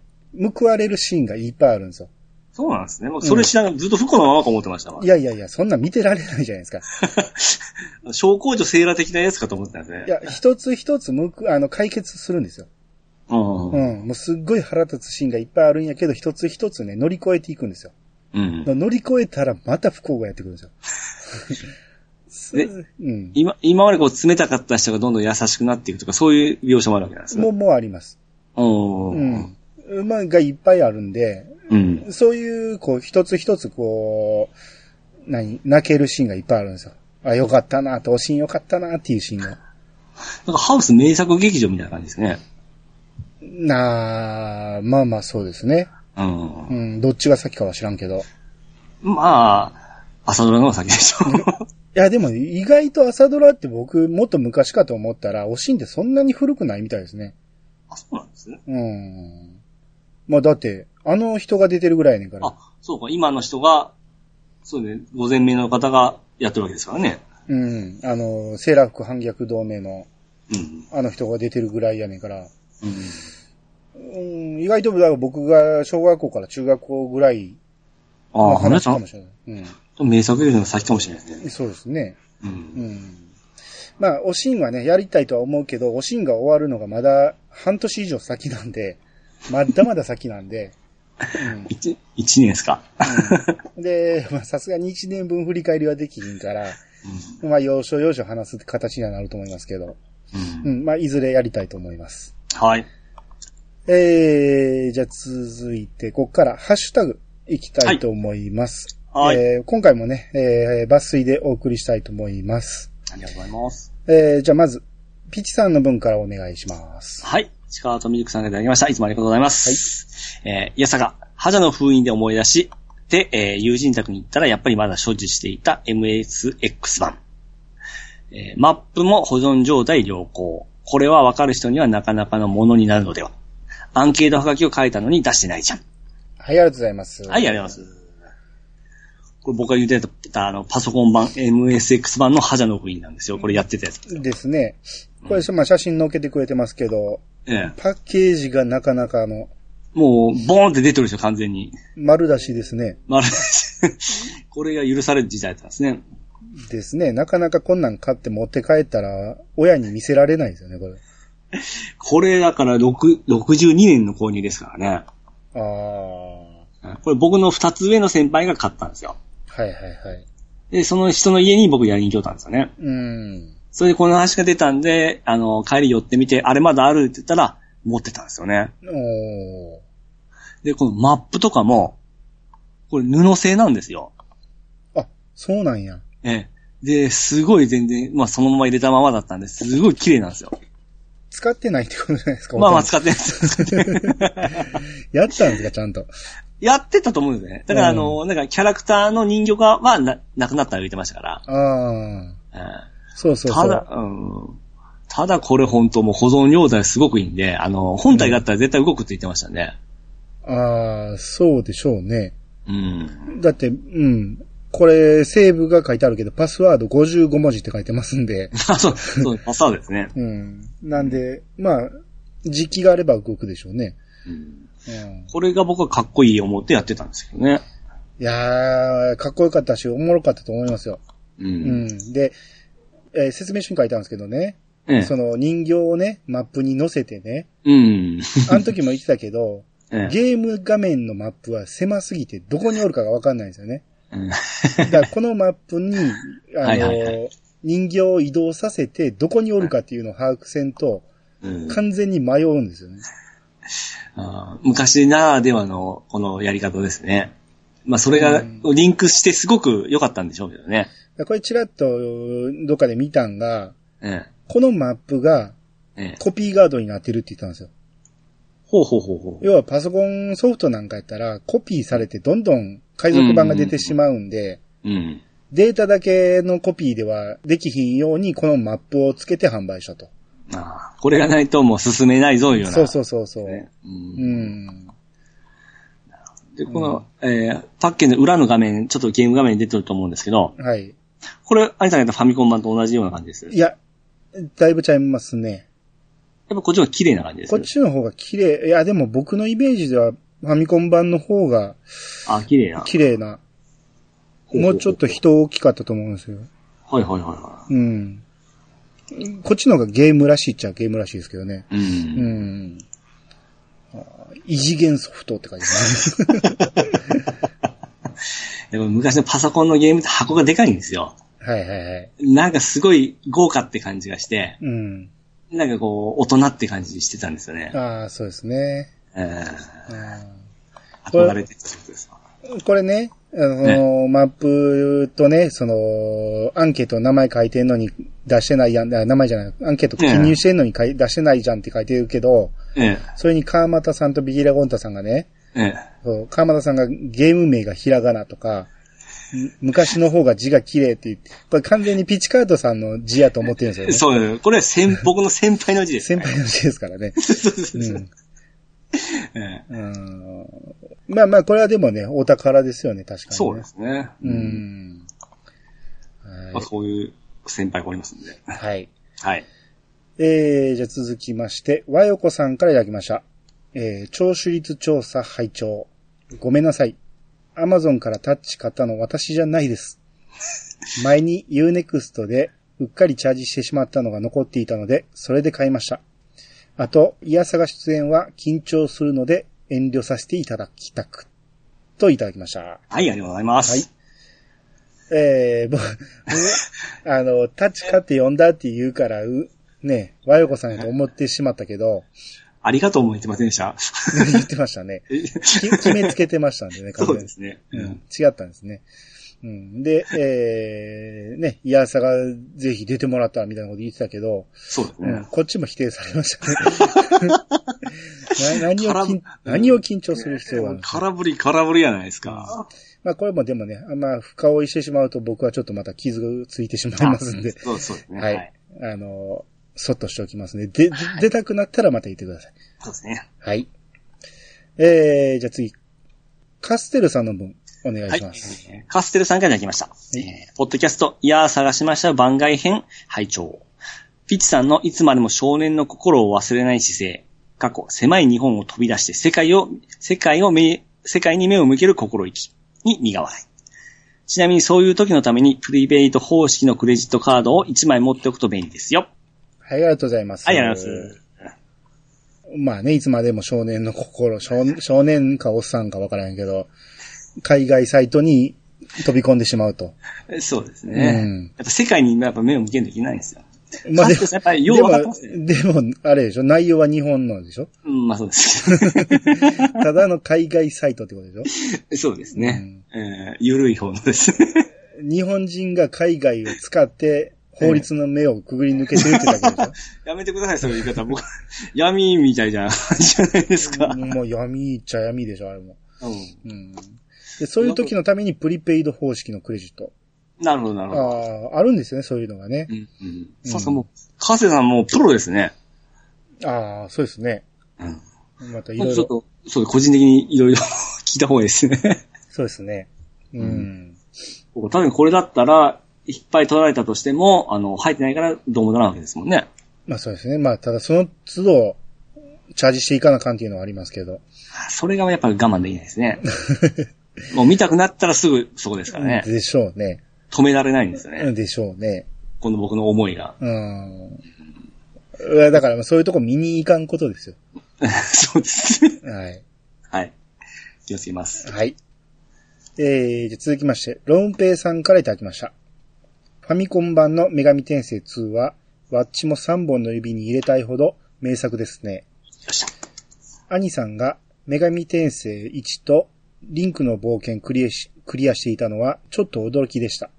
[SPEAKER 2] 報われるシーンがいっぱいあるんですよ。
[SPEAKER 1] そうなんですね。僕、それ知らなずっと不幸のままか思ってましたわ
[SPEAKER 2] い。やいやいや、そんなん見てられないじゃないですか。
[SPEAKER 1] 小公女セーラー的なやつかと思ってたんですね。
[SPEAKER 2] いや、一つ一つむく、あの、解決するんですよ。
[SPEAKER 1] うん。う。
[SPEAKER 2] うんん。もうすっごい腹立つシーンがいっぱいあるんやけど、一つ一つね、乗り越えていくんですよ。
[SPEAKER 1] うん。
[SPEAKER 2] 乗り越えたらまた不幸がやってくるんですよ。す
[SPEAKER 1] ね
[SPEAKER 2] うん。
[SPEAKER 1] 今、今までこう冷たかった人がどんどん優しくなっていくとか、そういう描写もあるわけなんです
[SPEAKER 2] も
[SPEAKER 1] ね。
[SPEAKER 2] う、もうあります。
[SPEAKER 1] う
[SPEAKER 2] うんん。。まあ、がいっぱいあるんで、
[SPEAKER 1] うん。
[SPEAKER 2] そういう、こう、一つ一つ、こう、何、泣けるシーンがいっぱいあるんですよ。あ、よかったなと、おしんよかったなっていうシーンが。
[SPEAKER 1] なんかハウス名作劇場みたいな感じですね。
[SPEAKER 2] なあ、まあまあそうですね。
[SPEAKER 1] うん。
[SPEAKER 2] うん、どっちが先かは知らんけど。
[SPEAKER 1] まあ、朝ドラの方が先で しょ。
[SPEAKER 2] いや、でも意外と朝ドラって僕もっと昔かと思ったら、おしんってそんなに古くないみたいですね。
[SPEAKER 1] あ、そうなんですね。
[SPEAKER 2] うん。まあだって、あの人が出てるぐらいやねんから。
[SPEAKER 1] あ、そうか、今の人が、そうね、ご前名の方がやってるわけですからね。
[SPEAKER 2] うん。あの、セーラー服反逆同盟の
[SPEAKER 1] うん。
[SPEAKER 2] あの人が出てるぐらいやねんから。
[SPEAKER 1] うん。
[SPEAKER 2] うん、意外とだから僕が小学校から中学校ぐらい
[SPEAKER 1] あ
[SPEAKER 2] の
[SPEAKER 1] あ、話
[SPEAKER 2] 話か
[SPEAKER 1] さ
[SPEAKER 2] もしれない。
[SPEAKER 1] ん、名作劇場の先かもしれないです
[SPEAKER 2] うん。
[SPEAKER 1] ね。
[SPEAKER 2] そうですね。
[SPEAKER 1] う。
[SPEAKER 2] うんん。まあ、おしんはね、やりたいとは思うけど、おしんが終わるのがまだ半年以上先なんで、まだまだ先なんで、うん
[SPEAKER 1] 一、一年ですか。
[SPEAKER 2] うんで、まあ、さすがに1年分振り返りはできひんから、まあ、要所要所話すって形にはなると思いますけど、
[SPEAKER 1] うん
[SPEAKER 2] うん、まあ、いずれやりたいと思います。
[SPEAKER 1] はい。
[SPEAKER 2] えー、じゃあ続いて、ここからハッシュタグいきたいと思います。
[SPEAKER 1] はいはい
[SPEAKER 2] えー今回もね、えー抜粋でお送りしたいと思います。
[SPEAKER 1] ありがとうございます。
[SPEAKER 2] えー、じゃあまず、ピチさんの分からお願いします。
[SPEAKER 1] はい。チカートミルクさんがいただきました。いつもありがとうございます。えー、やさが、覇者の封印で思い出し、で、えー友人宅に行ったら、やっぱりまだ所持していた MSX 版。えーマップも保存状態良好。これはわかる人にはなかなかのものになるのでは。アンケートはがきを書いたのに出してないじゃん。
[SPEAKER 2] はい、ありがとうございます。
[SPEAKER 1] はい、ありがとうございます。これ僕が言ってた、あの、パソコン版、MSX 版の覇者の封印なんですよ。これやってたやつ。
[SPEAKER 2] ですね。これ、まあ、写真載っけてくれてますけど、
[SPEAKER 1] ええ
[SPEAKER 2] パッケージがなかなかあの、
[SPEAKER 1] もう、ボーンって出てるでしょ、完全に。
[SPEAKER 2] 丸出しですね。
[SPEAKER 1] まあ、 これが許される時代だったんですね。
[SPEAKER 2] ですね。なかなかこんなん買って持って帰ったら、親に見せられないですよね、これ。
[SPEAKER 1] これだから6 62年の購入ですからね。
[SPEAKER 2] ああ。
[SPEAKER 1] これ僕の2つ上の先輩が買ったんですよ。
[SPEAKER 2] はいはいはい。
[SPEAKER 1] で、その人の家に僕やりに行きよったんですよね。
[SPEAKER 2] うん。
[SPEAKER 1] それでこの話が出たんで、あの、帰り寄ってみて、あれまだあるって言ったら、持ってたんですよね。
[SPEAKER 2] おー
[SPEAKER 1] で、このマップとかも、これ布製なんですよ。
[SPEAKER 2] あ、そうなんや。
[SPEAKER 1] ええ。で、すごい全然、まあそのまま入れたままだったんで、すごい綺麗なんですよ。
[SPEAKER 2] 使ってないってことじゃないですか。
[SPEAKER 1] まあまあ
[SPEAKER 2] ほと
[SPEAKER 1] 使
[SPEAKER 2] ん
[SPEAKER 1] ってないです。使ってない
[SPEAKER 2] どやったんですか、ちゃんと。
[SPEAKER 1] やってたと思うんですよね。だから、あの、なんか、キャラクターの人形が、はな、なくなったら言ってましたから。
[SPEAKER 2] ああ。
[SPEAKER 1] うん
[SPEAKER 2] そうそうそ
[SPEAKER 1] た
[SPEAKER 2] う。
[SPEAKER 1] だ、うん。ただこれ本当もう保存状態すごくいいんで、あの、本体があったら絶対動くって言ってましたね。
[SPEAKER 2] ああ、そうでしょうね。
[SPEAKER 1] うん。
[SPEAKER 2] だって、うん。これ、セーブが書いてあるけど、パスワード55文字って書いてますんで。
[SPEAKER 1] あ、そう、そう、 パスワードですね。
[SPEAKER 2] うん。なんで、まあ、時期があれば動くでしょうね。
[SPEAKER 1] うん
[SPEAKER 2] うん。
[SPEAKER 1] これが僕はかっこいい思ってやってたんですけどね。
[SPEAKER 2] いやー、かっこよかったし、おもろかったと思いますよ。
[SPEAKER 1] う。
[SPEAKER 2] うんん。で、えー説明書に書いてあるんですけどね、
[SPEAKER 1] ええ
[SPEAKER 2] そ。の人形をね、マップに載せ てね、
[SPEAKER 1] うん。
[SPEAKER 2] あの時も言ってたけど、
[SPEAKER 1] ええ
[SPEAKER 2] ゲーム画面のマップは狭すぎて どこにおるかがわかんないんですよね。
[SPEAKER 1] うん
[SPEAKER 2] だからこのマップに、あの、
[SPEAKER 1] はいはいは
[SPEAKER 2] 人形を移動させて、どこにおるかっていうのを把握せんと、
[SPEAKER 1] うん
[SPEAKER 2] 完全に迷うんですよね。
[SPEAKER 1] あー昔ならではの、このやり方ですね。まあ、それが、リンクしてすごく良かったんでしょうけどね。
[SPEAKER 2] だからこれちらっと、どっかで見たんが、
[SPEAKER 1] え
[SPEAKER 2] このマップが
[SPEAKER 1] え。ええ。
[SPEAKER 2] コピーガードになってるって言ったんですよ。
[SPEAKER 1] ほうほうほうほう。
[SPEAKER 2] 要はパソコンソフトなんかやったら、コピーされてどんどん海賊版が出てしまうんで、
[SPEAKER 1] うん。
[SPEAKER 2] データだけのコピーではできひんようにこのマップをつけて販売したと。
[SPEAKER 1] ああ、これがないともう進めないぞ、いうような。
[SPEAKER 2] そうそうそうそう。
[SPEAKER 1] ね。うん
[SPEAKER 2] うん。
[SPEAKER 1] で、この、えーパッケージの裏の画面、ちょっとゲーム画面に出てると思うんですけど、
[SPEAKER 2] はい。
[SPEAKER 1] これ、アニさんが言ったファミコン版と同じような感じです。や
[SPEAKER 2] いや、だいぶちゃいますね。
[SPEAKER 1] っぱこっちの方が綺麗な感じです。
[SPEAKER 2] こっちの方が綺麗。いや、でも僕のイメージではファミコン版の方が
[SPEAKER 1] あ、綺麗な。
[SPEAKER 2] 綺麗な、もうちょっと人大きかったと思うんですよ。
[SPEAKER 1] はいはいはいは
[SPEAKER 2] うん。こっちの方がゲームらしいっちゃゲームらしいですけどね。
[SPEAKER 1] い。うん
[SPEAKER 2] う。ん。あ異次元ソフトって感じですね。
[SPEAKER 1] でも昔のパソコンのゲームって箱がでかいんですよ。
[SPEAKER 2] はいはいはい。
[SPEAKER 1] なんかすごい豪華って感じがして、
[SPEAKER 2] うん。
[SPEAKER 1] なんかこう、大人って感じしてたんですよね。
[SPEAKER 2] ああ、そうですね。
[SPEAKER 1] うん
[SPEAKER 2] う
[SPEAKER 1] 憧れてたってことですわ
[SPEAKER 2] んこれね、あのマップとね、その、アンケート名前書いてんのに出してないやん、あ名前じゃない、アンケート記入してんのに書い出してないじゃんって書いてるけど、
[SPEAKER 1] ええ、
[SPEAKER 2] それに川又さんとビギラゴンタさんがね、
[SPEAKER 1] ええ。
[SPEAKER 2] そう川又さんがゲーム名がひらがなとか、む昔の方が字が綺麗って言って、これ完全にピチカートさんの字やと思ってるんですよね。
[SPEAKER 1] そうよこれは先、僕の先輩の字です、
[SPEAKER 2] 先
[SPEAKER 1] ね。
[SPEAKER 2] 輩の字ですから ね。うん
[SPEAKER 1] ええ
[SPEAKER 2] うんまあまあ、これはでもね、お宝ですよね、確かに、
[SPEAKER 1] そうで。すね。
[SPEAKER 2] うん。はい
[SPEAKER 1] まあ、そういう先輩がおりますんで。
[SPEAKER 2] はい。
[SPEAKER 1] はい。
[SPEAKER 2] えー、じゃあ続きまして、和よこさんからいただきました。えー、聴取率調査拝聴ごめんなさい。アマゾンからタッチ買ったの私じゃないです。前に Unext でうっかりチャージしてしまったのが残っていたので、それで買いました。あと、イヤサガ出演は緊張するので遠慮させていただきたく、といただきました。
[SPEAKER 1] はい、ありがとうございます。
[SPEAKER 2] はいえー、僕、あの、タッチ買って呼んだって言うから、う、ね、和よこさんやと思ってしまったけど、
[SPEAKER 1] ありがとうも言ってませんで した。
[SPEAKER 2] 言ってましたね。き決めつけてましたんでね、完
[SPEAKER 1] そ
[SPEAKER 2] 全
[SPEAKER 1] う
[SPEAKER 2] に
[SPEAKER 1] ですね。
[SPEAKER 2] う
[SPEAKER 1] うん
[SPEAKER 2] ん、違ったんですね。うん、で、えー、ね、イヤーサがぜひ出てもらったらみたいなこと言ってたけど、
[SPEAKER 1] そうです
[SPEAKER 2] う
[SPEAKER 1] ね
[SPEAKER 2] ん、。こっちも否定されま したね。な何を
[SPEAKER 1] 絡
[SPEAKER 2] 緊
[SPEAKER 1] む
[SPEAKER 2] 何を緊張する必要があるんですか
[SPEAKER 1] 空振り、空振りやないですか。
[SPEAKER 2] まあこれもでもね、あんま深追いしてしまうと僕はちょっとまた傷がついてしまいますんで、
[SPEAKER 1] そうそうですね。
[SPEAKER 2] は
[SPEAKER 1] はいい。
[SPEAKER 2] あの、そっとしておきますね。で、で出たくなったらまた言ってください。
[SPEAKER 1] そうですね。
[SPEAKER 2] はい。えー、じゃあ次。カステルさんの分、お願い
[SPEAKER 1] はい
[SPEAKER 2] します。。
[SPEAKER 1] えーカステルさんからいただきました。
[SPEAKER 2] い
[SPEAKER 1] えーポッドキャスト、いやー探しました番外編、拝聴ピッチさんのいつまでも少年の心を忘れない姿勢。過去、狭い日本を飛び出して世界を、世界を目、世界に目を向ける心意気に苦笑い。ちなみにそういう時のためにプリペイト方式のクレジットカードを1枚持っておくと便利ですよ。
[SPEAKER 2] はい、ありがとうございます。
[SPEAKER 1] はい、ありがとうございます。
[SPEAKER 2] まあね、いつまでも少年の心、少少年かおっさんかわからんけど、海外サイトに飛び込んでしまう と。
[SPEAKER 1] えそうですね。
[SPEAKER 2] うん
[SPEAKER 1] やっぱ世界にやっぱ目を向けないといけないんですよ。
[SPEAKER 2] まあで
[SPEAKER 1] カ
[SPEAKER 2] も
[SPEAKER 1] ステルさんやっぱりよう分かってますね。
[SPEAKER 2] でも、でもあれでしょ内容は日本の でしょ
[SPEAKER 1] うん、まあそうです。
[SPEAKER 2] ただの海外サイトってことでし
[SPEAKER 1] そうですね。えー緩い方のですね。
[SPEAKER 2] ょ日本人が海外を使って法律の目をくぐり抜けてるってだけでしょ
[SPEAKER 1] やめてください、そういう言い方。僕、 闇みたいじゃん、じゃないですか。
[SPEAKER 2] もう闇っちゃ闇でしょ、あれも。
[SPEAKER 1] うん。
[SPEAKER 2] うん。で、そういう時のためにプリペイド方式のクレジット。
[SPEAKER 1] なるほど、なるほど。
[SPEAKER 2] ああ、あるんですよね、そういうのがね
[SPEAKER 1] う。ん、うん。そうそう、もう、カセさんもうプロですね。
[SPEAKER 2] ああ、そうですね。
[SPEAKER 1] うん。
[SPEAKER 2] またい
[SPEAKER 1] ちょ
[SPEAKER 2] ろ
[SPEAKER 1] っ
[SPEAKER 2] いろ。
[SPEAKER 1] と、そう、個人的にいろい ろ聞いた方がいいですね。
[SPEAKER 2] そうですね。うん。
[SPEAKER 1] 多分これだったら、いっぱい取られたとしても、あの、入ってないからどうもならんわけですもんね。
[SPEAKER 2] まあそうですね。まあ、ただその都度、チャージしていかなあかんっていうのはありますけど。
[SPEAKER 1] それがやっぱり我慢できないです ね。もう見たくなったらすぐそこですからね。
[SPEAKER 2] でしょうね。
[SPEAKER 1] 止められないんですよね。
[SPEAKER 2] でしょうね。
[SPEAKER 1] この僕の思いが。
[SPEAKER 2] うん。うわだから、そういうとこ見に行かんことですよ。
[SPEAKER 1] そうですね。
[SPEAKER 2] はい。
[SPEAKER 1] はい。気をつけます。
[SPEAKER 2] はい。えー、じゃあ続きまして、ロンペイさんからいただきました。ファミコン版の女神転生2は、ワッチも3本の指に入れたいほど名作ですね。
[SPEAKER 1] っしゃ。
[SPEAKER 2] 兄さんが女神転生1とリンクの冒険クリエしクリアしていたのはちょっと驚きでした。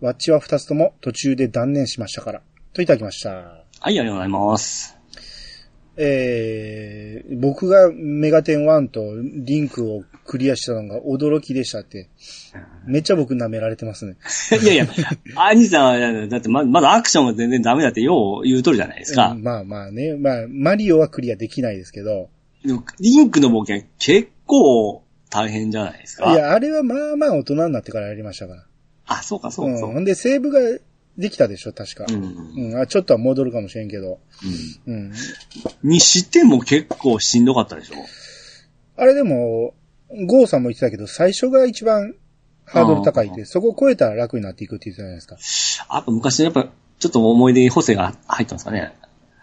[SPEAKER 2] ワッチは2つとも途中で断念しましたから。といただきました。
[SPEAKER 1] はい、ありがとうございます。
[SPEAKER 2] えー、僕がメガテン1とリンクをクリアしたのが驚きでしたって、めっちゃ僕舐められてますね。
[SPEAKER 1] いやいや、兄さんは、だってままだアクションが全然ダメだってよう言うとるじゃないですか。
[SPEAKER 2] うんまあまあね、まあ、マリオはクリアできないですけど、
[SPEAKER 1] でもリンクの冒険結構大変じゃないです
[SPEAKER 2] い
[SPEAKER 1] か。
[SPEAKER 2] や、あれはまあまあ大人になってからやりましたから。。
[SPEAKER 1] あ、そうかそうかそううんか
[SPEAKER 2] ほ。んで、セーブができたでしょ、確か。
[SPEAKER 1] うん。
[SPEAKER 2] うん、あちょっとは戻るかもしれんけど。
[SPEAKER 1] うん
[SPEAKER 2] うん。
[SPEAKER 1] にしても結構しんどかったでしょ
[SPEAKER 2] あれでも、ゴーさんも言ってたけど、最初が一番ハードル高いっ
[SPEAKER 1] あ
[SPEAKER 2] て、そこを超えたら楽になっていくって言ってたじゃないですか。
[SPEAKER 1] やっぱ昔のやっぱ、ちょっと思い出に補正が入ったんですかね。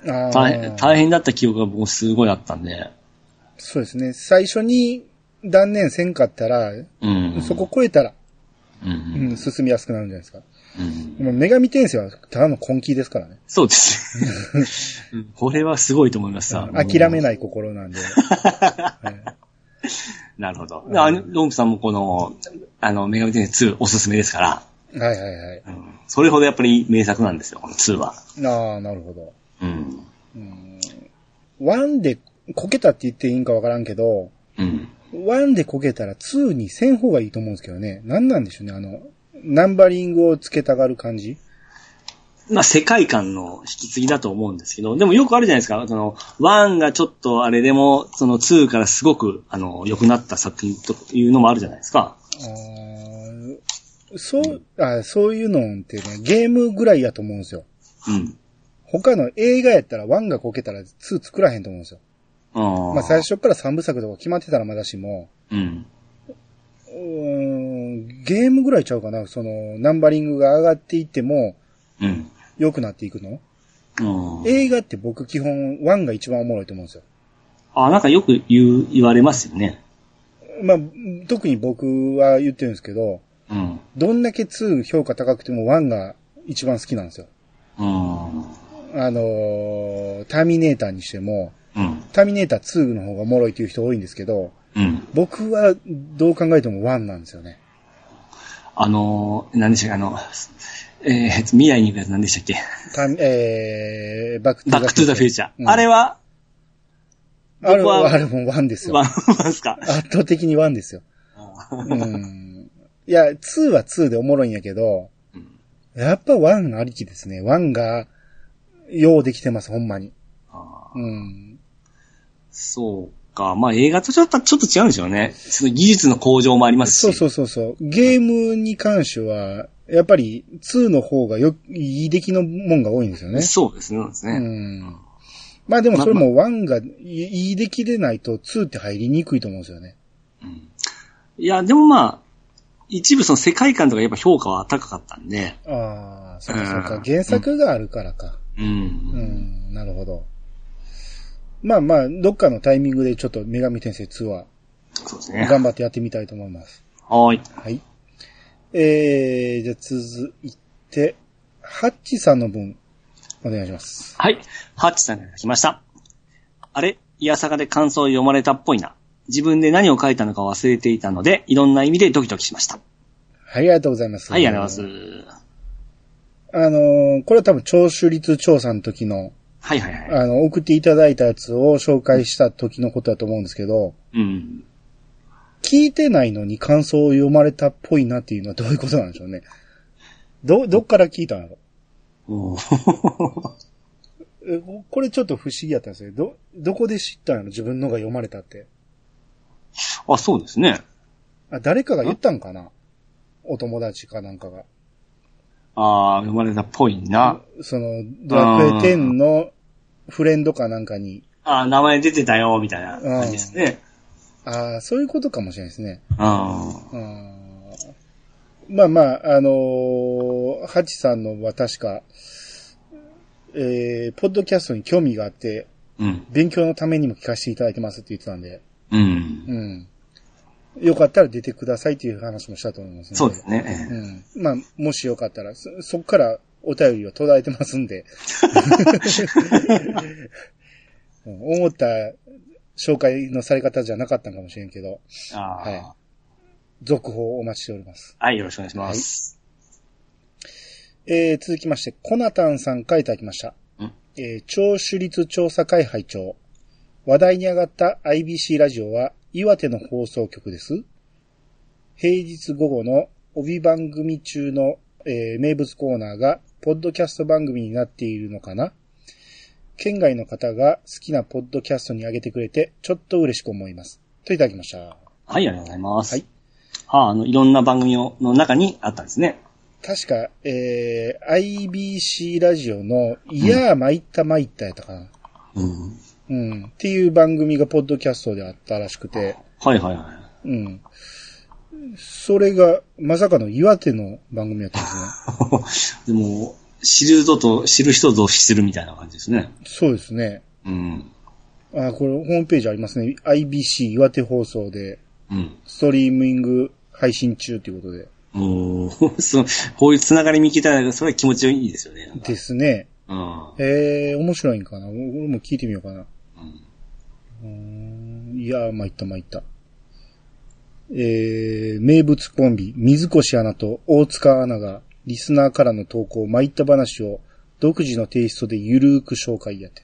[SPEAKER 2] あー
[SPEAKER 1] 大変大変だった記憶が僕すごいあったんで。
[SPEAKER 2] そうですね。最初に断念せんかったら、
[SPEAKER 1] うん。
[SPEAKER 2] そこ超えたら、
[SPEAKER 1] う。
[SPEAKER 2] うんん、進みやすくなるんじゃないですか。
[SPEAKER 1] うん。
[SPEAKER 2] でも女神転生はただの根気ですからね。
[SPEAKER 1] そうです。 うんこれはすごいと思いました。
[SPEAKER 2] 諦め
[SPEAKER 1] い。
[SPEAKER 2] ない心なんで。はい
[SPEAKER 1] なるほど。であのロンクさんもこの、あの、メガミテン2おすすめですから、
[SPEAKER 2] はいはいはい。
[SPEAKER 1] うんそれほどやっぱり名作なんですよ、この2は。
[SPEAKER 2] ああ、なるほど。
[SPEAKER 1] うん。
[SPEAKER 2] ワンでこけたって言っていいんかわからんけど、
[SPEAKER 1] うん。
[SPEAKER 2] ワンでこけたらツーにせん方がいいと思うんですけどね。なんなんでしょうね、あの、ナンバリングをつけたがる感じ。
[SPEAKER 1] まあ、世界観の引き継ぎだと思うんですけど、でもよくあるじゃないですか。その、1がちょっとあれでも、その2からすごく、あの、良くなった作品というのもあるじゃないですか。
[SPEAKER 2] あーそう、あそういうのってね、ゲームぐらいやと思うんですよ。
[SPEAKER 1] うん。
[SPEAKER 2] 他の映画やったらワンがこけたらツー作らへんと思うんですよ。
[SPEAKER 1] あ
[SPEAKER 2] まあ最。初から三部作とか決まってたらまだしも、
[SPEAKER 1] うん。
[SPEAKER 2] うーん、ゲームぐらいちゃうかな、その、ナンバリングが上がっていっても、
[SPEAKER 1] うん。
[SPEAKER 2] 良くなっていくの
[SPEAKER 1] うん
[SPEAKER 2] 映画って僕基本ワンが一番おもろいと思うんですよ。
[SPEAKER 1] あ、なんかよく言う、言われますよね。
[SPEAKER 2] まあ、特に僕は言ってるんですけど、
[SPEAKER 1] うん。
[SPEAKER 2] どんだけ2評価高くても1が一番好きなんですよ。
[SPEAKER 1] うん。
[SPEAKER 2] あのーターミネーターにしても、
[SPEAKER 1] うん。
[SPEAKER 2] ターミネーター2の方がおもろいという人多いんですけど、
[SPEAKER 1] うん。
[SPEAKER 2] 僕はどう考えても1なんですよね。
[SPEAKER 1] あのー、何でしたっけ、あの、えー、未来に行くやつ何でしたっけ。
[SPEAKER 2] ターえー、バックトゥ
[SPEAKER 1] バックトゥーザフューチャ
[SPEAKER 2] う
[SPEAKER 1] ー。
[SPEAKER 2] ん
[SPEAKER 1] あれは、
[SPEAKER 2] あれ
[SPEAKER 1] 僕は
[SPEAKER 2] あれも1ですよ
[SPEAKER 1] ワ。ンワンっすか。
[SPEAKER 2] 圧倒的に1ですよ。うん。いや、2は2でおもろいんやけど、
[SPEAKER 1] うん
[SPEAKER 2] やっぱ1ありきですね。1が、ようできてます、ほんまに。
[SPEAKER 1] あー
[SPEAKER 2] うん。
[SPEAKER 1] そうか。まあ映画とちょっとちょっと違うんでしょうね。その技術の向上もありますし。
[SPEAKER 2] そうそうそうそう。ゲームに関しては、やっぱり2の方がよ、いい出来のもんが多いんですよね。
[SPEAKER 1] そうですね。そうです
[SPEAKER 2] う
[SPEAKER 1] ね。
[SPEAKER 2] ん。まあでもそれも1がいいい出来でないと2って入りにくいと思うんですよね。
[SPEAKER 1] いや、でもまあ、一部その世界観とかやっぱ評価は高かったんで。
[SPEAKER 2] ああ、そうかそう
[SPEAKER 1] う
[SPEAKER 2] か。
[SPEAKER 1] ん
[SPEAKER 2] 原作があるからか。
[SPEAKER 1] う。
[SPEAKER 2] うんん、なるほど。まあまあ、どっかのタイミングでちょっと女神転生2は
[SPEAKER 1] そうですね。
[SPEAKER 2] 頑張ってやってみたいと思います。
[SPEAKER 1] はーい。
[SPEAKER 2] はい。えー、じゃあ続いて、ハッチさんの分、お願いします。
[SPEAKER 1] はい。ハッチさんが来ました。あれいやさかで感想を読まれたっぽいな。自分で何を書いたのか忘れていたので、いろんな意味でドキドキしました。
[SPEAKER 2] はい、ありがとうございます。
[SPEAKER 1] はい、ありがとうございます。
[SPEAKER 2] あのーこれは多分聴取率調査の時の、
[SPEAKER 1] はいはいはい。
[SPEAKER 2] あの、送っていただいたやつを紹介した時のことだと思うんですけど、
[SPEAKER 1] うん。
[SPEAKER 2] 聞いてないのに感想を読まれたっぽいなっていうのはどういうことなんでしょうね。ど、どっから聞いたの
[SPEAKER 1] おー
[SPEAKER 2] えここれちょっと不思議やったんですよ。ど、どこで知ったの自分のが読まれたって。
[SPEAKER 1] あ、そうですね。
[SPEAKER 2] あ、誰かが言ったんかなお友達かなんかが。
[SPEAKER 1] ああ、読まれたっぽいな。
[SPEAKER 2] その、ドラクエ10のフレンドかなんかに、
[SPEAKER 1] あ、名前出てたよ、みたいな感じですね。
[SPEAKER 2] ああ、そういうことかもしれないですね。
[SPEAKER 1] うん。
[SPEAKER 2] あーまあまあ、あのーハチさんのは確か、えー、ポッドキャストに興味があって、
[SPEAKER 1] うん。
[SPEAKER 2] 勉強のためにも聞かせていただいてますって言ってたんで、
[SPEAKER 1] うん。
[SPEAKER 2] うん。よかったら出てくださいという話もしたと思いますの
[SPEAKER 1] そうですね。ええ
[SPEAKER 2] うん。まあ、もしよかったら、そ、そっからお便りは途絶えてますん で。うん思った紹介のされ方じゃなかったんかもしれんけど、
[SPEAKER 1] あー
[SPEAKER 2] はい続報をお待ちしております。
[SPEAKER 1] はい、よろしくお願いします。
[SPEAKER 2] えー、続きまして、コナタンさんからいただきました
[SPEAKER 1] うん。
[SPEAKER 2] えー、聴取率調査会拝聴話題に上がった IBC ラジオは岩手の放送局です。平日午後の帯番組中の、えー名物コーナーがポッドキャスト番組になっているのかな県外の方が好きなポッドキャストに上げてくれてちょっと嬉しく思います。といただきました。
[SPEAKER 1] はい、ありがとうございます。
[SPEAKER 2] はい。
[SPEAKER 1] あ、あの、いろんな番組の中にあったんですね。
[SPEAKER 2] 確か、えー、IBC ラジオのいやー参った参ったやったかな。
[SPEAKER 1] うん。
[SPEAKER 2] うん。っていう番組がポッドキャストであったらしくて、
[SPEAKER 1] はいはいはい。
[SPEAKER 2] うん。それが、まさかの岩手の番組やったんです
[SPEAKER 1] で
[SPEAKER 2] ね。
[SPEAKER 1] も、知る人と、知る人ぞ知るみたいな感じですね。
[SPEAKER 2] そうですね。
[SPEAKER 1] うん。
[SPEAKER 2] あ、これホームページありますね。IBC 岩手放送で、
[SPEAKER 1] うん。
[SPEAKER 2] ストリーミング配信中ということで。
[SPEAKER 1] おーそう、 こういうつながり見聞いたら、それは気持ちいいですよね。なんか
[SPEAKER 2] ですね。
[SPEAKER 1] うん。
[SPEAKER 2] えー、面白いんかな俺も聞いてみようかな。
[SPEAKER 1] うん
[SPEAKER 2] うーんいやー、参った参った。えー、名物コンビ、水越アナと大塚アナが、リスナーからの投稿、参った話を、独自のテイストでゆるーく紹介やって。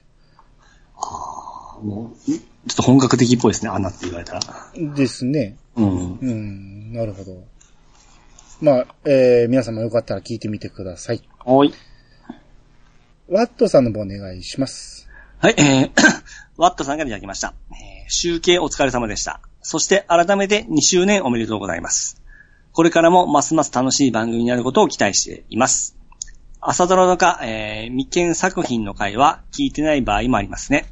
[SPEAKER 1] もう、んちょっと本格的っぽいですね、穴って言われたら。
[SPEAKER 2] ですね。
[SPEAKER 1] うん。
[SPEAKER 2] うん、なるほど。まあ、えー、皆様よかったら聞いてみてください。
[SPEAKER 1] はい。
[SPEAKER 2] ワットさんの方お願いします。
[SPEAKER 1] はい、えー、 ワットさんがいただきました。えー集計お疲れ様でした。そして改めて2周年おめでとうございます。これからもますます楽しい番組になることを期待しています。朝ドラとか、えー、未見作品の回は聞いてない場合もありますね。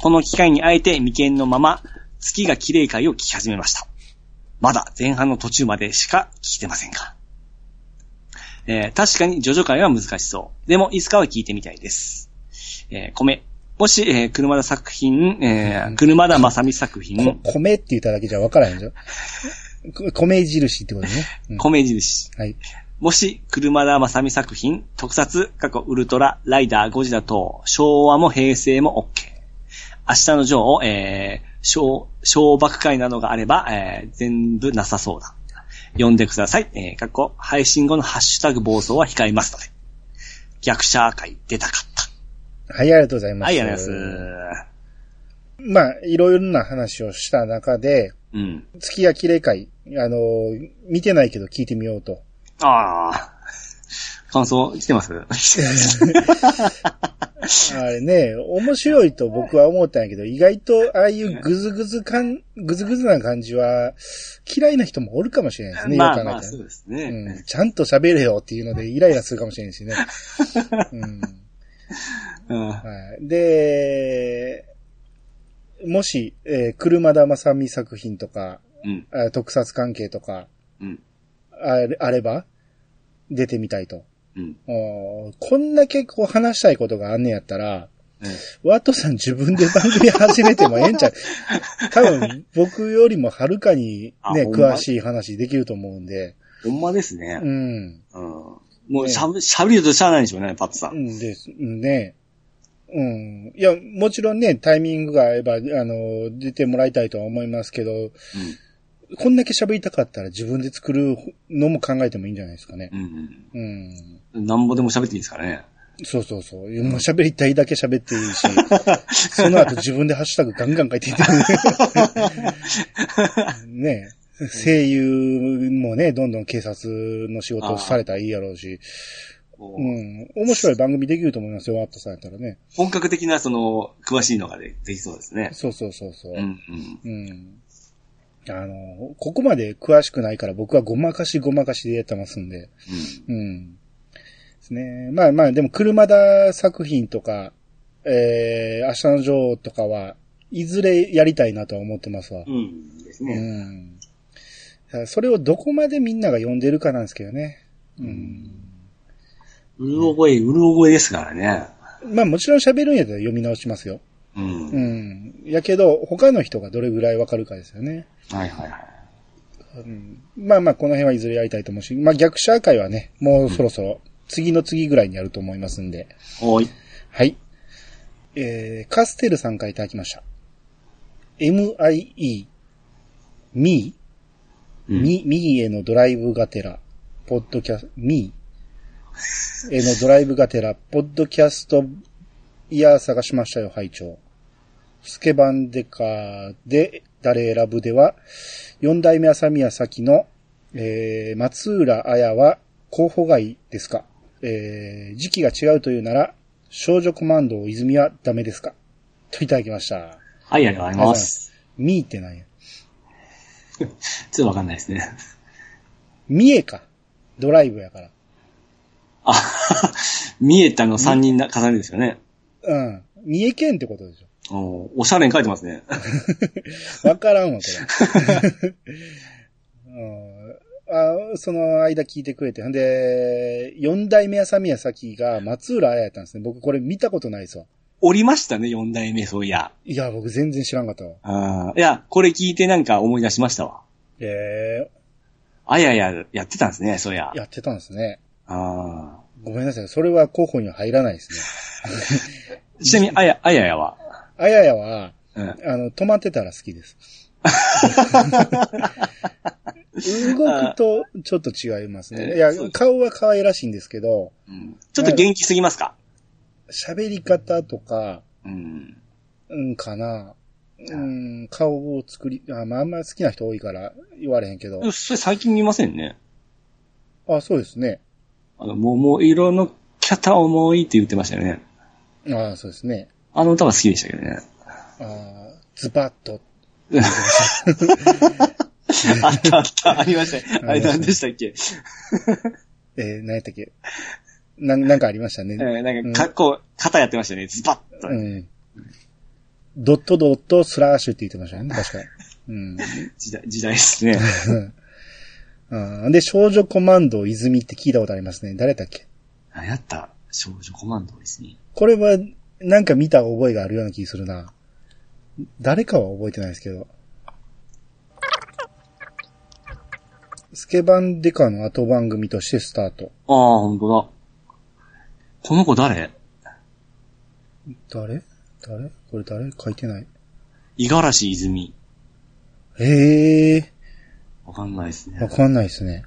[SPEAKER 1] この機会にあえて未見のまま、月が綺麗回を聞き始めました。まだ前半の途中までしか聞いてませんが。えー確かにジョジョ回は難しそう。でも、いつかは聞いてみたいです。えー米。もし、えー車田作品、えー車田正美作
[SPEAKER 2] こ
[SPEAKER 1] 品、
[SPEAKER 2] 米って言っただけじゃわからへ んじゃん。こ米印ってことね。うん
[SPEAKER 1] 米印。
[SPEAKER 2] はい。
[SPEAKER 1] もし、車田正美作品、特撮、過去ウルトラ、ライダー、ゴジラ等、昭和も平成も OK。明日のジョーを、えー、小、小爆会などがあれば、えー全部なさそうだ。読んでください。えー、過去、配信後のハッシュタグ暴走は控えますので。逆者会出たかっ
[SPEAKER 2] はい、ありがとうござい
[SPEAKER 1] た。
[SPEAKER 2] ます。
[SPEAKER 1] はい、ありがとうございます。
[SPEAKER 2] まあ、いろいろな話をした中で、
[SPEAKER 1] うん。
[SPEAKER 2] 月が綺麗会、あのー見てないけど聞いてみようと。
[SPEAKER 1] ああ。感想、来てます
[SPEAKER 2] あれね、面白いと僕は思ったんやけど、意外とああいうぐずぐず感、ぐずぐずな感じは、嫌いな人もおるかもしれないですね、よく
[SPEAKER 1] ま
[SPEAKER 2] 考
[SPEAKER 1] あま
[SPEAKER 2] え
[SPEAKER 1] あ、
[SPEAKER 2] たら
[SPEAKER 1] そうです
[SPEAKER 2] ね。うん、
[SPEAKER 1] ね。
[SPEAKER 2] ちゃんと喋れよっていうのでイライラするかもしれな いしね。うん
[SPEAKER 1] うん。
[SPEAKER 2] はい、で、もし、えー車田正美作品とか、
[SPEAKER 1] うん。
[SPEAKER 2] あ特撮関係とか、
[SPEAKER 1] うん。
[SPEAKER 2] あれあれば、出てみたいと。
[SPEAKER 1] うん。
[SPEAKER 2] おーこんだけこう話したいことがあんねやったら、
[SPEAKER 1] うん
[SPEAKER 2] ワットさん自分で番組始めてもええんち ゃう多分僕よりもはるかに
[SPEAKER 1] あ
[SPEAKER 2] ね、
[SPEAKER 1] ほんま
[SPEAKER 2] 詳しい話できると思うんで、
[SPEAKER 1] ほんまですね
[SPEAKER 2] う。ん。
[SPEAKER 1] うん。もうしゃぶ、しゃべるとしゃあないでしょうね、パッツさん。
[SPEAKER 2] ですね。うん。いや、もちろんね、タイミングが合えば、あの、出てもらいたいとは思いますけど、こんだけ喋りたかったら自分で作るのも考えてもいいんじゃないですかね
[SPEAKER 1] う。ん。
[SPEAKER 2] うん。
[SPEAKER 1] うん。なんぼでも喋っていいですからね。
[SPEAKER 2] そうそうそう。もう喋りたいだけ喋っていいし、その後自分でハッシュタグガンガン書いていってねえ声優もね、どんどん警察の仕事をされたらいいやろうし、
[SPEAKER 1] こ
[SPEAKER 2] う。
[SPEAKER 1] うん
[SPEAKER 2] 面白い番組できると思いますよ、ワットさんやったらね。
[SPEAKER 1] 本格的な、その、詳しいのがでできそうですね。
[SPEAKER 2] そうそうそうそう。
[SPEAKER 1] うん。うん。
[SPEAKER 2] うん。あの、ここまで詳しくないから僕はごまかしごまかしでやってますんで。うん。ですね。まあまあ、でも、車田作品とか、えー、明日の女王とかは、いずれやりたいなとは思ってますわ
[SPEAKER 1] う。ん。うん。です
[SPEAKER 2] う
[SPEAKER 1] ね。
[SPEAKER 2] ん。それをどこまでみんなが読んでるかなんですけどね。うん。
[SPEAKER 1] うる覚え、うる覚えですからね。
[SPEAKER 2] まあもちろん喋るんやったら読み直しますよ。
[SPEAKER 1] うん。
[SPEAKER 2] うん。やけど、他の人がどれぐらいわかるかですよね。
[SPEAKER 1] はいはいはい。
[SPEAKER 2] うん、まあまあ、この辺はいずれやりたいと思うし、まあ逆者会はね、もうそろそろ、次の次ぐらいにやると思いますんで。
[SPEAKER 1] おい。
[SPEAKER 2] はい。えー、カステルさんからいただきました。MIE、ミ
[SPEAKER 1] う
[SPEAKER 2] ー、
[SPEAKER 1] ん
[SPEAKER 2] ミミーへのドライブがてら、ポッドキャスト、ミーへのドライブがてら、ポッドキャスト、いやー探しましたよ、拝聴スケバンデカーで、誰選ぶでは、四代目浅宮咲の、えー、松浦綾は候補外ですかえー、時期が違うというなら、少女コマンド泉はダメですかといただきました。
[SPEAKER 1] はい、ありがとうございます。
[SPEAKER 2] みーってなんや。
[SPEAKER 1] ちょっとわかんないですね。
[SPEAKER 2] 三重か。ドライブやから。
[SPEAKER 1] あ、 見えたの3人な重ねですよね。
[SPEAKER 2] うん。三重県ってことでし
[SPEAKER 1] おーおしゃれに書いてますね。
[SPEAKER 2] ょ。わからんわ、こ れ。うん、あその間聞いてくれて。んで、四代目浅宮咲が松浦綾やったんですね。僕これ見たことないですわ。
[SPEAKER 1] おりましたね、4代目、そういや。
[SPEAKER 2] いや、僕全然知らんかったわ。
[SPEAKER 1] あーいや、これ聞いてなんか思い出しましたわ。
[SPEAKER 2] え
[SPEAKER 1] あやや、やってたんですね、そういや
[SPEAKER 2] ー、。やってたんですね。
[SPEAKER 1] あ
[SPEAKER 2] ごめんなさい。それは候補には入らないですね。
[SPEAKER 1] ーちなみに、あや、あややは、
[SPEAKER 2] あややは、
[SPEAKER 1] うん、
[SPEAKER 2] あの、止まってたら好 きです。動くとちょっと違いますね。いや
[SPEAKER 1] そうで、す
[SPEAKER 2] 顔は可愛らしいんですけど、
[SPEAKER 1] うんちょっと元気すぎますか
[SPEAKER 2] 喋り方とか、
[SPEAKER 1] うん。
[SPEAKER 2] うんかな。うん、顔を作り、あまあ、あんまり好きな人多いから言われへんけど
[SPEAKER 1] で。もそれ最近見ませんね。
[SPEAKER 2] あ、そうですね。
[SPEAKER 1] あの、桃色のキャタ重いって言ってましたよね。
[SPEAKER 2] あそうですね。
[SPEAKER 1] あの歌は好きでしたけどね。
[SPEAKER 2] あズバッ と。
[SPEAKER 1] あったあった、ありました。あれ何でしたっけ
[SPEAKER 2] えー、何やったっけななんかありましたね。
[SPEAKER 1] えーなんか、か、こう、肩やってましたよね。ズバッと。
[SPEAKER 2] うん。ドットドットスラッシュって言ってましたよね、確か。うん
[SPEAKER 1] 時代、時代です ね。
[SPEAKER 2] うん。 で、少女コマンド泉って聞いたことありますね。誰だっけ
[SPEAKER 1] あやった少女コマンドですね。
[SPEAKER 2] これは、なんか見た覚えがあるような気するな。誰かは覚えてないですけど。スケバンデカの後番組としてスタート。
[SPEAKER 1] ああ、ほんとだ。この子誰
[SPEAKER 2] 誰誰これ誰書いてない。
[SPEAKER 1] 五十嵐泉。
[SPEAKER 2] ええ
[SPEAKER 1] わかんないです
[SPEAKER 2] ー、わ
[SPEAKER 1] ね。
[SPEAKER 2] かんないですね。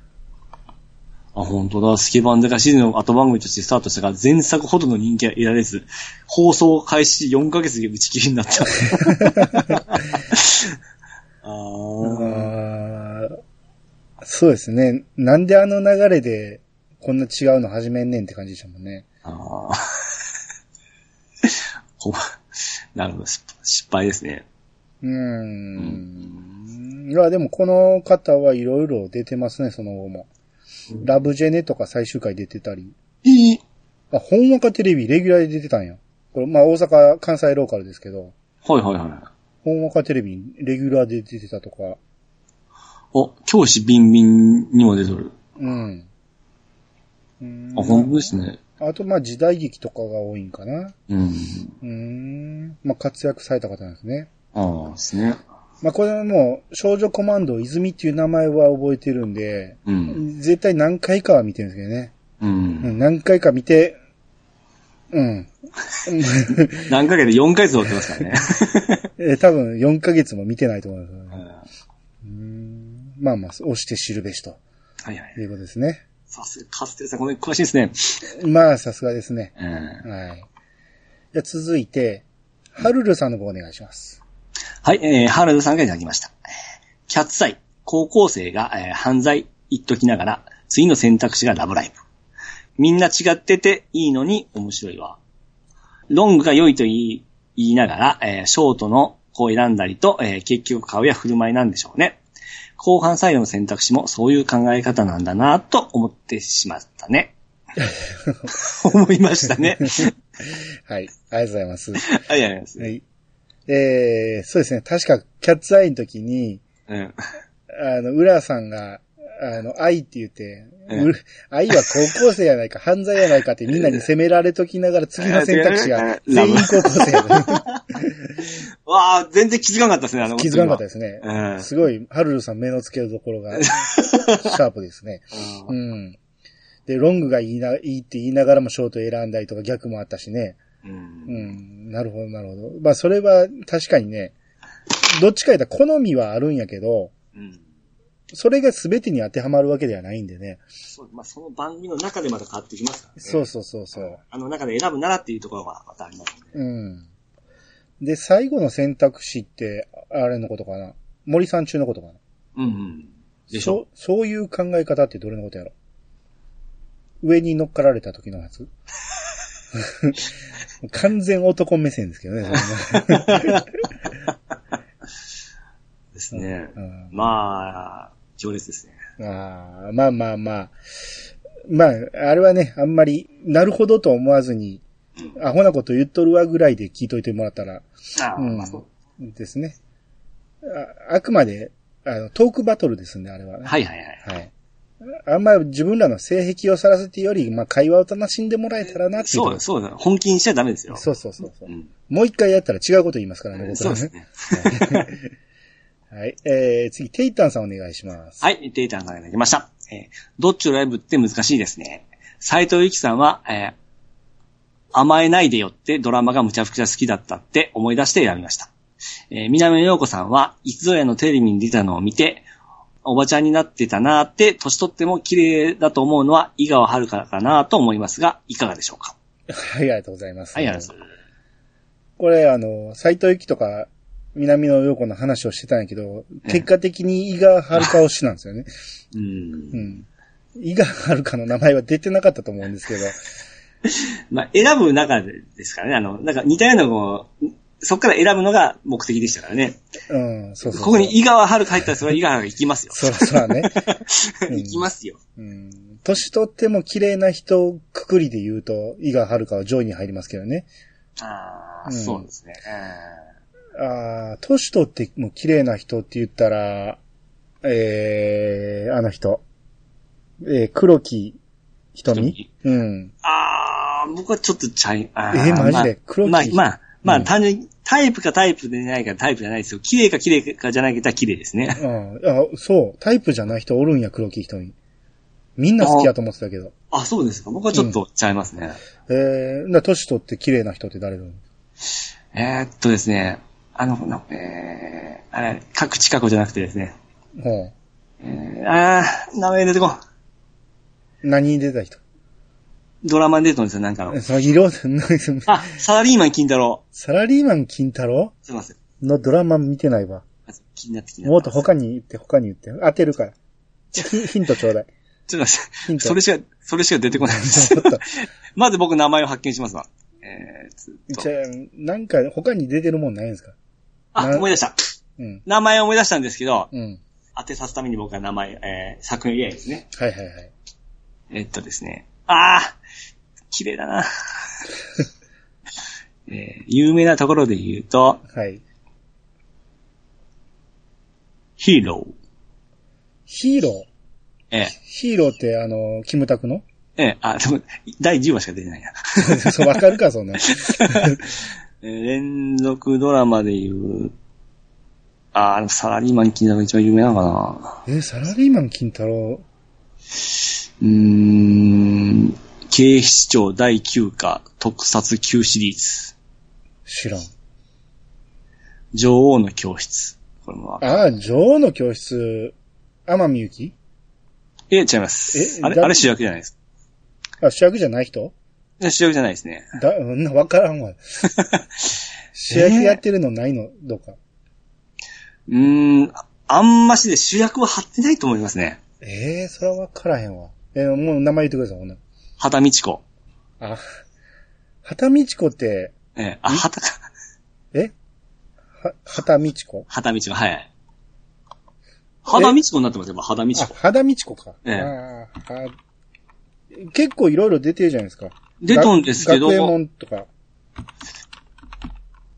[SPEAKER 1] あ、ほんとだ。スケバンデカシーズンの後番組としてスタートしたが、前作ほどの人気は得られず、放送開始4ヶ月で打ち切りになった。あー
[SPEAKER 2] あーそうですね。なんであの流れで、こんな違うの始めんねんって感じでしたもんね。
[SPEAKER 1] あー。ほなるほど、失失敗ですね。
[SPEAKER 2] うーん。いや、でもこの方はいろいろ出てますね、その後も。ラブジェネとか最終回出てたり。
[SPEAKER 1] いい
[SPEAKER 2] あ、ほんわかテレビレギュラーで出てたんや。これ、まあ大阪、関西ローカルですけど、
[SPEAKER 1] はいはいはい。
[SPEAKER 2] ほんわかテレビにレギュラーで出てたとか。
[SPEAKER 1] お、教師ビンビンにも出とる。
[SPEAKER 2] うん。うん
[SPEAKER 1] あ、ほんとですね。
[SPEAKER 2] あと、まあ時代劇とかが多いんかな。
[SPEAKER 1] うん。
[SPEAKER 2] うーん。まあ活躍された方なんですね。
[SPEAKER 1] ああ、ですね。
[SPEAKER 2] まあこれはもう、少女コマンド泉っていう名前は覚えてるんで、
[SPEAKER 1] うん。
[SPEAKER 2] 絶対何回かは見てるんですけどね。
[SPEAKER 1] う。
[SPEAKER 2] うんん、何回か見て、うん。
[SPEAKER 1] 何ヶ月で4ヶ月終わってますからね。
[SPEAKER 2] えー多分4ヶ月も見てないと思います、
[SPEAKER 1] は
[SPEAKER 2] うんまあまあ、押して知るべしと
[SPEAKER 1] いはい。
[SPEAKER 2] いうことですね。
[SPEAKER 1] さすが、カステルさん、この辺詳しいですね。
[SPEAKER 2] まあ、さすがですね。
[SPEAKER 1] うん
[SPEAKER 2] はい。じゃあ続いて、ハルルさんの方お願いします。
[SPEAKER 1] はい、えー、原田さんがいただきました。キャッツアイ、高校生が、えー犯罪言っときながら、次の選択肢がラブライブ。みんな違ってていいのに面白いわ。ロングが良いと言い言いながら、えーショートの子を選んだりと、えー結局顔や振る舞いなんでしょうね。後半最後の選択肢もそういう考え方なんだなと思ってしまった ね。思いましたね。
[SPEAKER 2] はい。ありがとうございます。は
[SPEAKER 1] ありがとうございます。
[SPEAKER 2] い。えー、そうですね。確か、キャッツアイの時に、
[SPEAKER 1] うん。
[SPEAKER 2] あの、浦さんが、あの、愛って言って、
[SPEAKER 1] うん
[SPEAKER 2] うる愛は高校生やないか、犯罪やないかってみんなに責められときながら次の選択肢が全員高校生やね
[SPEAKER 1] わあ、全然気づかなかったですね、あの。
[SPEAKER 2] 気づかなかった
[SPEAKER 1] で
[SPEAKER 2] ですね。
[SPEAKER 1] す。
[SPEAKER 2] すごい、ハルルさん目の付けどころ が、シャープですね。
[SPEAKER 1] うん。
[SPEAKER 2] うん。で、ロングがいいな、いいって言いながらもショート選んだりとか逆もあったしね。
[SPEAKER 1] うん。
[SPEAKER 2] うん。なるほど、なるほど。まあ、それは確かにね、どっちか言ったら好みはあるんやけど、
[SPEAKER 1] うん。
[SPEAKER 2] それが全てに当てはまるわけではないんでね。
[SPEAKER 1] そう、まあ、その番組の中でまた変わってきますからね。
[SPEAKER 2] そうそうそうそう。
[SPEAKER 1] あの中で選ぶならっていうところがまたありますね。
[SPEAKER 2] うん。で、最後の選択肢って、あれのことかな。森さん中のことかな。
[SPEAKER 1] うんうん。でし
[SPEAKER 2] そ
[SPEAKER 1] ょ
[SPEAKER 2] う、そういう考え方ってどれのことやろ上に乗っかられた時の やつ完全男目線ですけどね。それね
[SPEAKER 1] ですね。
[SPEAKER 2] うん
[SPEAKER 1] まあ、情熱ですね。
[SPEAKER 2] あーまあまあまあ。まあ、あれはね、あんまり、なるほどと思わずに、アホなこと言っとるわぐらいで聞いといてもらったら
[SPEAKER 1] ああ、
[SPEAKER 2] うん
[SPEAKER 1] まあそう。
[SPEAKER 2] ですね。ああくまで、あの、トークバトルですね、あれはね。
[SPEAKER 1] はいはいはい。
[SPEAKER 2] はい。あんまり自分らの性癖をさらすっていうより、まあ、会話を楽しんでもらえたらなっていうとこ
[SPEAKER 1] そ
[SPEAKER 2] ろ
[SPEAKER 1] う、そうだ。本気にしちゃダメですよ。
[SPEAKER 2] そうそうそうそう
[SPEAKER 1] う。ん。
[SPEAKER 2] もう一回やったら違うこと言いますからね、僕
[SPEAKER 1] そう
[SPEAKER 2] は
[SPEAKER 1] です
[SPEAKER 2] ね。
[SPEAKER 1] ね。
[SPEAKER 2] はい。えー、次、テイタンさんお願いします。
[SPEAKER 1] はい、データがいただきました。えーどっちのライブって難しいですね。斎藤由貴さんは、えー甘えないでよってドラマがむちゃくちゃ好きだったって思い出して選びました。えー南野陽子さんは、いつぞやのテレビに出たのを見て、おばちゃんになってたなーって、年取っても綺麗だと思うのは、井川遥かなーと思いますが、いかがでしょうか
[SPEAKER 2] はい、ありがとうございます。
[SPEAKER 1] はい、ありがとうございます。
[SPEAKER 2] これ、あの、斎藤由貴とか、南野陽子の話をしてたんやけど、結果的に伊賀遥推しなんですよね。
[SPEAKER 1] う。
[SPEAKER 2] うんん。伊賀遥の名前は出てなかったと思うんですけど、
[SPEAKER 1] まあ、選ぶ中でですからね、あの、なんか似たようなこう、そっから選ぶのが目的でしたからね。
[SPEAKER 2] うん、そうそうそう。
[SPEAKER 1] ここに井川遥入ったら、それは井川遥行きますよ。
[SPEAKER 2] そらそらね。うん
[SPEAKER 1] 行きますよ。
[SPEAKER 2] うん。年取っても綺麗な人くくりで言うと、伊賀遥は上位に入りますけどね。
[SPEAKER 1] ああ、
[SPEAKER 2] うん
[SPEAKER 1] そうですね。
[SPEAKER 2] ああ、年取っても綺麗な人って言ったら、えー、あの人。えー、黒木瞳
[SPEAKER 1] 瞳
[SPEAKER 2] うん。
[SPEAKER 1] ああ、僕はちょっとちゃい、あー
[SPEAKER 2] えーマジで
[SPEAKER 1] まあ
[SPEAKER 2] 黒木
[SPEAKER 1] まあ、まあ、ま
[SPEAKER 2] う
[SPEAKER 1] あ、
[SPEAKER 2] ん
[SPEAKER 1] 単純にタイプかタイプでないかタイプじゃないですよ。綺麗か綺麗かじゃないけど綺麗ですね。
[SPEAKER 2] うん。あ、そう。タイプじゃない人おるんや、黒木瞳。みんな好きやと思ってたけど。
[SPEAKER 1] あ、そうですか。僕はちょっとちゃいますね。
[SPEAKER 2] えー、な、年取って綺麗な人って誰だろう
[SPEAKER 1] えーっとですね、あの、なえー、あれ、各近くじゃなくてですね。
[SPEAKER 2] ほ
[SPEAKER 1] えー、ああ、名前出てこん。
[SPEAKER 2] う。何に出た人
[SPEAKER 1] ドラマに出てるんですよ、なんかの
[SPEAKER 2] え。その色、
[SPEAKER 1] あ、サラリーマン金太郎。
[SPEAKER 2] サラリーマン金太郎
[SPEAKER 1] すいません。
[SPEAKER 2] のドラマ見てないわ。
[SPEAKER 1] 気になってきて。
[SPEAKER 2] もっと他に言って、他に言って。当てるから。ヒヒントちょうだい。
[SPEAKER 1] ちょっと待
[SPEAKER 2] ヒ
[SPEAKER 1] っ
[SPEAKER 2] ン
[SPEAKER 1] て、
[SPEAKER 2] ト
[SPEAKER 1] それしか、それしか出てこないです
[SPEAKER 2] ちょっ。 と。
[SPEAKER 1] まず僕名前を発見しますわ。えー、ずっ
[SPEAKER 2] じ
[SPEAKER 1] と。
[SPEAKER 2] ゃあなんか他に出てるもんないんですか
[SPEAKER 1] あ、
[SPEAKER 2] な
[SPEAKER 1] 思い出した。
[SPEAKER 2] うん。
[SPEAKER 1] 名前を思い出したんですけど、
[SPEAKER 2] うん。
[SPEAKER 1] 当てさすために僕は名前、えー、作品言えないですね。
[SPEAKER 2] はいはいはい。
[SPEAKER 1] えっとですね。ああ綺麗だ な。えー、有名なところで言うと、
[SPEAKER 2] はい。
[SPEAKER 1] ヒーロー。
[SPEAKER 2] ヒーロー。
[SPEAKER 1] え
[SPEAKER 2] ヒーローってあの、キムタクの
[SPEAKER 1] ー、えー、あ、でも、第10話しか出てないな。
[SPEAKER 2] そう、わかるか、そんな。
[SPEAKER 1] えー連続ドラマで言う、あー、でもサラリーマン金太郎が一番有名なのかな。
[SPEAKER 2] え、サラリーマン金太郎。
[SPEAKER 1] うーん、警視庁第9課特撮9シリーズ、
[SPEAKER 2] 知らん。
[SPEAKER 1] 女王の教室。これも、
[SPEAKER 2] ああ、女王の教室、天海祐希
[SPEAKER 1] え、違います。
[SPEAKER 2] え
[SPEAKER 1] あれ、
[SPEAKER 2] だ
[SPEAKER 1] あれ主役じゃないです。
[SPEAKER 2] あ、主役じゃない人
[SPEAKER 1] いや主役じゃないですね。
[SPEAKER 2] だ、うんな、わから んわ。主役やってるのないのどうか。
[SPEAKER 1] うーん、あんましで主役は張ってないと思いますね。
[SPEAKER 2] ええそれはわからへんわ。えーもう名前言ってください、ほんなら
[SPEAKER 1] 畑道子。
[SPEAKER 2] あ、畑道子って、
[SPEAKER 1] ええ、あ、畑か、
[SPEAKER 2] えは、畑道子
[SPEAKER 1] 畑道子、はい。畑道子になってますよ、畑道
[SPEAKER 2] あ、
[SPEAKER 1] 子。
[SPEAKER 2] 畑道子か。
[SPEAKER 1] ええ
[SPEAKER 2] あーは結構いろいろ出てるじゃないですか。
[SPEAKER 1] 出とんですけど、
[SPEAKER 2] 学
[SPEAKER 1] う
[SPEAKER 2] 園門とか。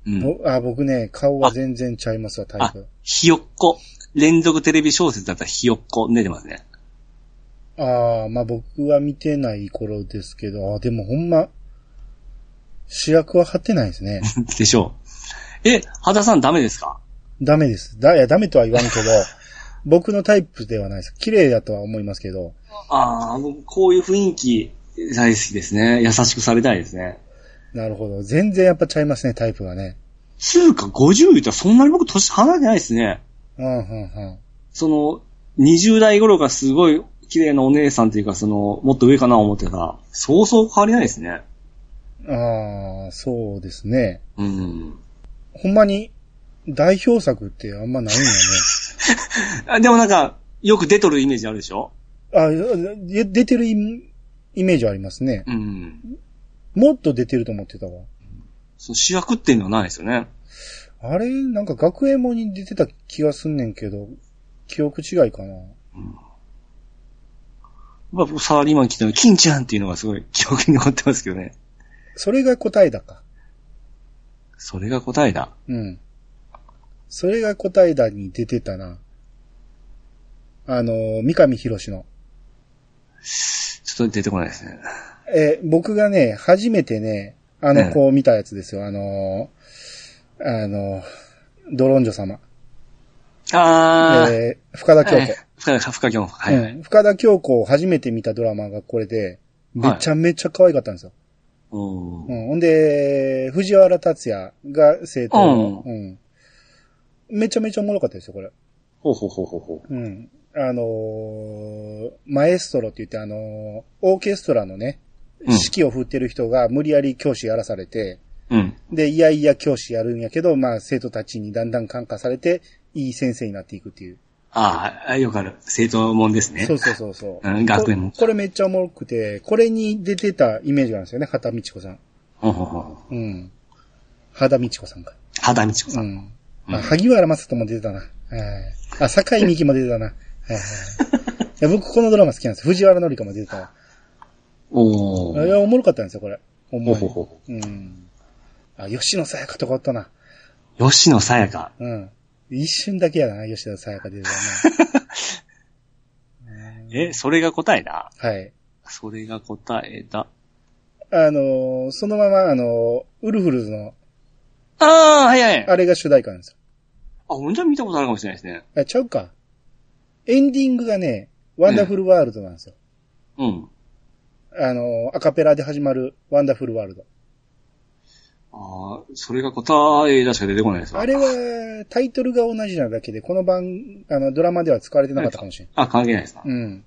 [SPEAKER 1] ん、
[SPEAKER 2] ぼあ、僕ね、顔は全然ちゃいますわ、タイ
[SPEAKER 1] あ
[SPEAKER 2] プ。、
[SPEAKER 1] ひよっこ。連続テレビ小説だったらひよっこ、出てますね。
[SPEAKER 2] ああ、まあ僕は見てない頃ですけど、あーでもほんま、主役は張ってないです ね。
[SPEAKER 1] でしょう。え、羽田さんダメですか
[SPEAKER 2] ダメです。だ、いや、ダメとは言わん けど、僕のタイプではないです。綺麗だとは思いますけど、
[SPEAKER 1] ああ、僕こういう雰囲気大好きですね。優しくされたいですね。
[SPEAKER 2] なるほど。全然やっぱちゃいますね、タイプがね。
[SPEAKER 1] つうか50言ったらそんなに僕年離れてないですね。
[SPEAKER 2] うん、うん、うん。
[SPEAKER 1] その、20代頃がすごい綺麗なお姉さんというか、その、もっと上かな思ってたら、そうそう変わりないですね。
[SPEAKER 2] ああ、そうですね。
[SPEAKER 1] うん。
[SPEAKER 2] ほんまに、代表作ってあんまないん
[SPEAKER 1] あでもなんか、よく出とるイメージあるでしょ
[SPEAKER 2] だね。あで出てるイイメージはありますね。
[SPEAKER 1] うん。
[SPEAKER 2] もっと出てると思ってたわ。
[SPEAKER 1] その主役っていうのはないですよね。
[SPEAKER 2] あれなんか学園もに出てた気がすんねんけど、記憶違いかな。
[SPEAKER 1] まあ、僕サラリーマン来たの、金ちゃんっていうのがすごい記憶に残ってますけどね。
[SPEAKER 2] それが答えだか。
[SPEAKER 1] それが答えだ。
[SPEAKER 2] うん。それが答えだに出てたな。あのー、三上博史の。
[SPEAKER 1] ちょっと出てこないですね。
[SPEAKER 2] えー僕がね、初めてね、あの子を見たやつですよ。あのーあのードロンジョ様。
[SPEAKER 1] あー。
[SPEAKER 2] えー深田京
[SPEAKER 1] はい
[SPEAKER 2] 子。
[SPEAKER 1] 深田、深田京子。はい。
[SPEAKER 2] うん深田京子を初めて見たドラマがこれで、めちゃめちゃ可愛かったんですよ。
[SPEAKER 1] うん
[SPEAKER 2] うん。ほんで、藤原達也が生徒の、うん。めちゃめちゃおもろかったですよ、これ。
[SPEAKER 1] ほうほうほうほうほう。
[SPEAKER 2] うん。あのーマエストロって言って、あのーオーケストラのね、
[SPEAKER 1] うん
[SPEAKER 2] 指揮を振ってる人が無理やり教師やらされて、
[SPEAKER 1] うん。
[SPEAKER 2] で、いやいや教師やるんやけど、まあ生徒たちにだんだん感化されて、いい先生になっていくっていう。
[SPEAKER 1] あーあ、よくある。正当もんですね。
[SPEAKER 2] そうそうそうそ う。
[SPEAKER 1] うん学園も
[SPEAKER 2] こ。これめっちゃおもろくて、これに出てたイメージなんですよね、畑道子さん。
[SPEAKER 1] ほうほうほう。
[SPEAKER 2] うん。畑道子さんか。
[SPEAKER 1] 肌道子さ。
[SPEAKER 2] うんん。あ、萩原正人も出てたな。はい。あ、坂井美希も出てたな。はいはい はい。いや僕このドラマ好きなんです。藤原紀香も出てたわ。
[SPEAKER 1] お
[SPEAKER 2] い
[SPEAKER 1] ー。
[SPEAKER 2] や、おもろかったんですよ、これ。ほんま
[SPEAKER 1] ほう
[SPEAKER 2] に
[SPEAKER 1] ほうほ
[SPEAKER 2] うん。あ、吉野さやかとかおったな。
[SPEAKER 1] う。吉野さやか。
[SPEAKER 2] うん。一瞬だけやな、吉野さやか出てたな。
[SPEAKER 1] え、それが答えだ。
[SPEAKER 2] はい。
[SPEAKER 1] それが答えだ。
[SPEAKER 2] あのーそのまま、あのーウルフルズの、
[SPEAKER 1] ああ、はいはい。あ、
[SPEAKER 2] あれが主題歌なんですよ。
[SPEAKER 1] ほんじゃ見たことあるかもしれないですね。
[SPEAKER 2] あ、ちゃうか。エンディングがね、ワンダフルワールドなんですよ。
[SPEAKER 1] うん。
[SPEAKER 2] あのーアカペラで始まるワンダフルワールド。
[SPEAKER 1] ああ、それが答えだしか出てこないですわ
[SPEAKER 2] あれは、タイトルが同じなだけで、この番、あの、ドラマでは使われてなかったかもしれん。
[SPEAKER 1] あ、関係ないですな。
[SPEAKER 2] うん。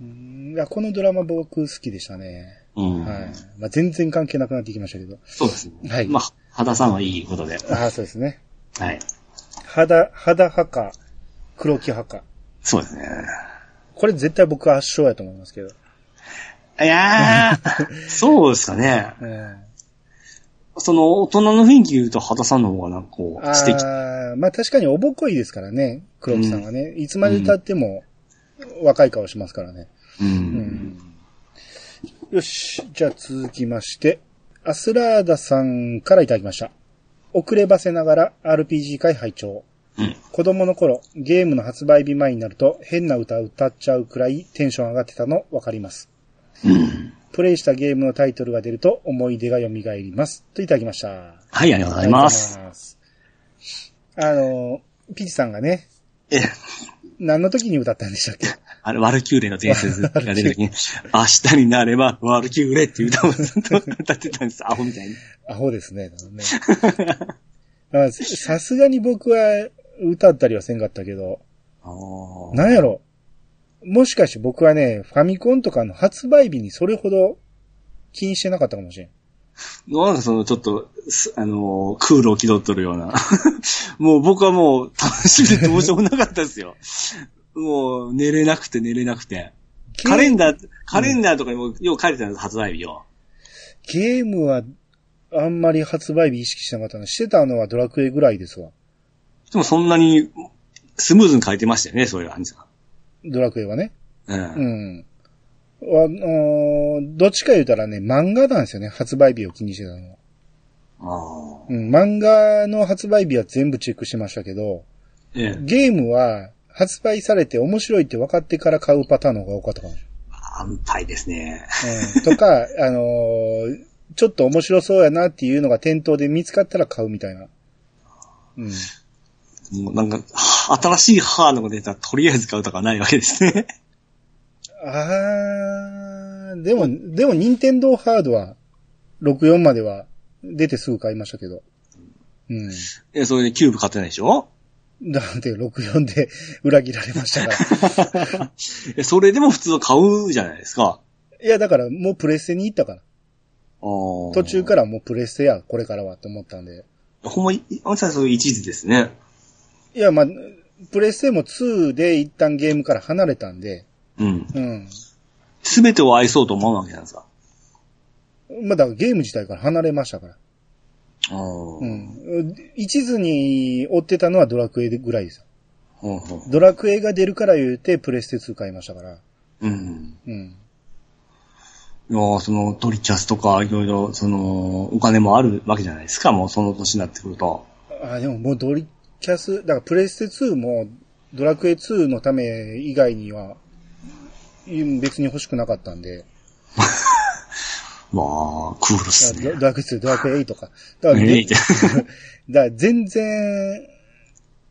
[SPEAKER 2] うんいや、このドラマ僕好きでしたね。
[SPEAKER 1] うん。
[SPEAKER 2] はい。まあ、全然関係なくなってきましたけど。
[SPEAKER 1] そうですね。
[SPEAKER 2] はい
[SPEAKER 1] まあ、肌さんはいいことで。
[SPEAKER 2] ああ、そうですね。
[SPEAKER 1] はい。
[SPEAKER 2] 肌、肌派か、黒木派か。
[SPEAKER 1] そうですね。
[SPEAKER 2] これ絶対僕は圧勝やと思いますけど。
[SPEAKER 1] いや ー、そうですかね。
[SPEAKER 2] うん。
[SPEAKER 1] その、大人の雰囲気で言うと、肌さんの方がなんかこう、素敵。
[SPEAKER 2] ああ、まあ確かにおぼこいですからね、黒木さんはね。いつまで経っても若い顔しますからね。
[SPEAKER 1] う。
[SPEAKER 2] うんん。よし。じゃあ続きまして、アスラーダさんからいただきました。遅ればせながら RPG 会拝聴。
[SPEAKER 1] うん。
[SPEAKER 2] 子供の頃、ゲームの発売日前になると変な歌を歌っちゃうくらいテンション上がってたのわかります。プレイしたゲームのタイトルが出ると思い出が蘇ります。といただきました。あ
[SPEAKER 1] はい、ありがとうございます。
[SPEAKER 2] りがとうございます。あの、ピチさんがね、
[SPEAKER 1] え、
[SPEAKER 2] 何の時に歌ったんでしたっけ
[SPEAKER 1] あれ、ワルキューレの伝説が出るときに、明日になればワルキューレっていう歌をずっと歌ってたんです。アホみたいに。
[SPEAKER 2] アホですね。多分ねまあささすがに僕は歌ったりはせんかったけど、
[SPEAKER 1] あー
[SPEAKER 2] なんやろ。もしかして僕はね、ファミコンとかの発売日にそれほど気にしてなかったかもしれん。
[SPEAKER 1] なんかその、ちょっと、すあのークールを気取っとるような。 もう僕はもう、楽しみでどうしようもなかったですよ。 もう、寝れなくて寝れなくて。カレンダー、カレンダーとかにも、よう書いてたんです、発売日を。
[SPEAKER 2] ゲームは、あんまり発売日意識してなかったな。してたのはドラクエぐらいですわ。
[SPEAKER 1] でもそんなに、スムーズに書いてましたよね、そういう感じが。
[SPEAKER 2] ドラクエはね。
[SPEAKER 1] う。
[SPEAKER 2] うんん。あのーどっちか言うたらね、漫画なんですよね。発売日を気にしてたのは。
[SPEAKER 1] ああ。
[SPEAKER 2] うん、漫画の発売日は全部チェックしてましたけど、
[SPEAKER 1] ええ。
[SPEAKER 2] ゲームは発売されて面白いって分かってから買うパターンの方が多かったかもし
[SPEAKER 1] 安泰ですね。
[SPEAKER 2] れない。うん、とか、あのーちょっと面白そうやなっていうのが店頭で見つかったら買うみたいな。うん。
[SPEAKER 1] もうなんか、は新しいハーのが出たらとりあえず買うとかないわけですね。
[SPEAKER 2] あー、でも、でも、任天堂ハードは、64までは、出てすぐ買いましたけど。うん。
[SPEAKER 1] え、それでキューブ買ってないでしょ
[SPEAKER 2] だって、64で裏切られましたから。
[SPEAKER 1] え、それでも普通は買うじゃないですか。
[SPEAKER 2] いや、だから、もうプレステに行ったから。
[SPEAKER 1] 途
[SPEAKER 2] 途中からもうプレステや、これからは、と思ったんで。
[SPEAKER 1] ら。ほんまに、あんたそういう一途ですね。
[SPEAKER 2] いや、まあ、プレステも2で一旦ゲームから離れたんで、
[SPEAKER 1] うん。
[SPEAKER 2] うん。
[SPEAKER 1] すべてを愛そうと思うわけなんですか。
[SPEAKER 2] まあ、だからゲーム自体から離れましたから。
[SPEAKER 1] あー
[SPEAKER 2] う。ん。一途に追ってたのはドラクエぐらいですよ。
[SPEAKER 1] ほうほう
[SPEAKER 2] ドラクエが出るから言うて、プレステ2買いましたから。
[SPEAKER 1] うん。
[SPEAKER 2] うん。
[SPEAKER 1] いやーその、トリキャスとか、いろいろ、その、お金もあるわけじゃないですか、もうその年になってくると。
[SPEAKER 2] あ、でももうドリキャス、だからプレステ2もドラクエ2のため以外には、うん別に欲しくなかったんで、
[SPEAKER 1] まあ、クールっ
[SPEAKER 2] だ
[SPEAKER 1] す
[SPEAKER 2] から
[SPEAKER 1] ね
[SPEAKER 2] ド。ドラクエ2、ドラクエ8か。 だから
[SPEAKER 1] え
[SPEAKER 2] げ
[SPEAKER 1] え
[SPEAKER 2] だから全然、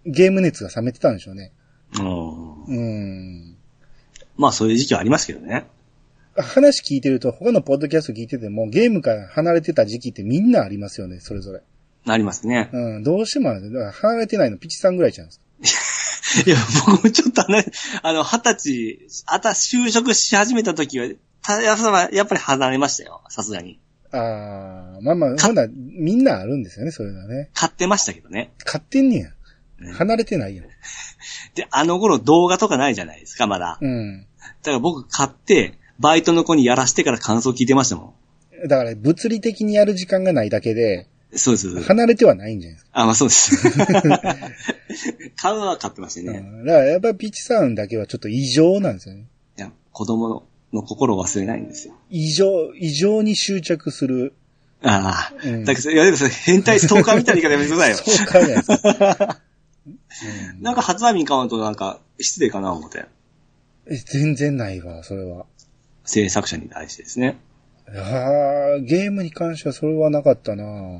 [SPEAKER 2] ゲーム熱が冷めてたんでしょうね。
[SPEAKER 1] うん。
[SPEAKER 2] うん。
[SPEAKER 1] まあ、そういう時期はありますけどね。
[SPEAKER 2] 話聞いてると、他のポッドキャスト聞いてても、ゲームから離れてた時期ってみんなありますよね、それぞれ。
[SPEAKER 1] ありますね。
[SPEAKER 2] うん、どうしてもあるだから離れてないの、ピチさんぐらいじゃないですか。
[SPEAKER 1] いや、僕もちょっとね、あの、二十歳、あた、就職し始めた時は、たやっぱやっぱり離れましたよ、さすがに。
[SPEAKER 2] あー、まあまあ、ほんならみんなあるんですよね、そういうのはね。
[SPEAKER 1] 買ってましたけどね。
[SPEAKER 2] 買ってんねや
[SPEAKER 1] うん。
[SPEAKER 2] 離れてないやん。
[SPEAKER 1] で、あの頃動画とかないじゃないですか、まだ。
[SPEAKER 2] うん。
[SPEAKER 1] だから僕買って、バイトの子にやらしてから感想聞いてましたも
[SPEAKER 2] だから、物理的にやる時間がないだけで、
[SPEAKER 1] ん。そうです。そう です
[SPEAKER 2] 離れてはないんじゃないですか。
[SPEAKER 1] あ、まあそうです。買うのは買ってました
[SPEAKER 2] う
[SPEAKER 1] ね。
[SPEAKER 2] ん、だから、やっぱりピチさんだけはちょっと異常なんですよね。
[SPEAKER 1] いや、子供の心を忘れないんですよ。
[SPEAKER 2] 異常、異常に執着する。
[SPEAKER 1] ああ。
[SPEAKER 2] うん
[SPEAKER 1] だけど、いやでもそれ変態ストーカーみたいな言い方やめてくださいよ。
[SPEAKER 2] そうかじゃないですか。 うん
[SPEAKER 1] なんか初耳買わんとなんか失礼かな思って。
[SPEAKER 2] え全然ないわ、それは。
[SPEAKER 1] 制作者に対してですね。
[SPEAKER 2] あーゲームに関してはそれはなかったな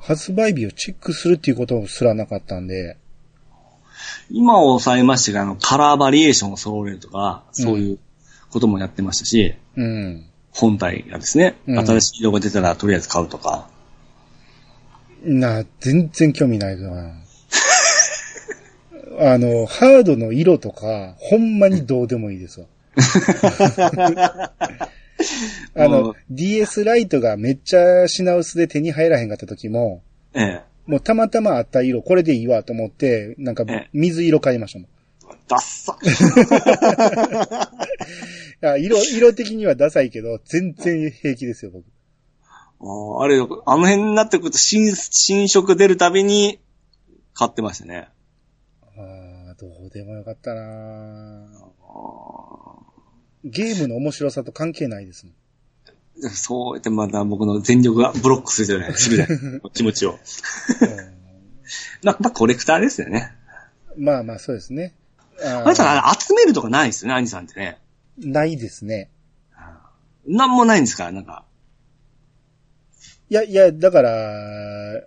[SPEAKER 2] 発売日をチェックするっていうことすらなかったんで、
[SPEAKER 1] 今を抑えましたが、あの、カラーバリエーションを揃えるとか、そういうこともやってましたし、
[SPEAKER 2] うん。
[SPEAKER 1] 本体がですね、
[SPEAKER 2] うん
[SPEAKER 1] 新しい色が出たらとりあえず買うとか、
[SPEAKER 2] な、全然興味ないな。 あの、ハードの色とか、ほんまにどうでもいいで すわ。あ
[SPEAKER 1] もう
[SPEAKER 2] の、DS ライトがめっちゃ品薄で手に入らへんかった時も、
[SPEAKER 1] ええ、
[SPEAKER 2] もうたまたまあった色、これでいいわと思って、なんか
[SPEAKER 1] ええ
[SPEAKER 2] 水色買いましたもん。
[SPEAKER 1] ダッサ
[SPEAKER 2] あ色、色的にはダサいけど、全然平気ですよ、僕。
[SPEAKER 1] あーあれ、あの辺になってくると新、新色出るたびに買ってましたね。
[SPEAKER 2] ああ、どうでもよかった
[SPEAKER 1] あ
[SPEAKER 2] な
[SPEAKER 1] ー
[SPEAKER 2] ゲームの面白さと関係な いですもん。
[SPEAKER 1] でもそうやってまた僕の全力がブロックするじゃない、するじゃない、 気持ちを。まあ、まあ、コレクターですよね。
[SPEAKER 2] うんまあまあ、そうですね。あ
[SPEAKER 1] あ
[SPEAKER 2] ー
[SPEAKER 1] なた、あれ集めるとかないですよね、兄さんってね。
[SPEAKER 2] ないですね。
[SPEAKER 1] なんもないんですから、なんか。
[SPEAKER 2] いや、いや、だから、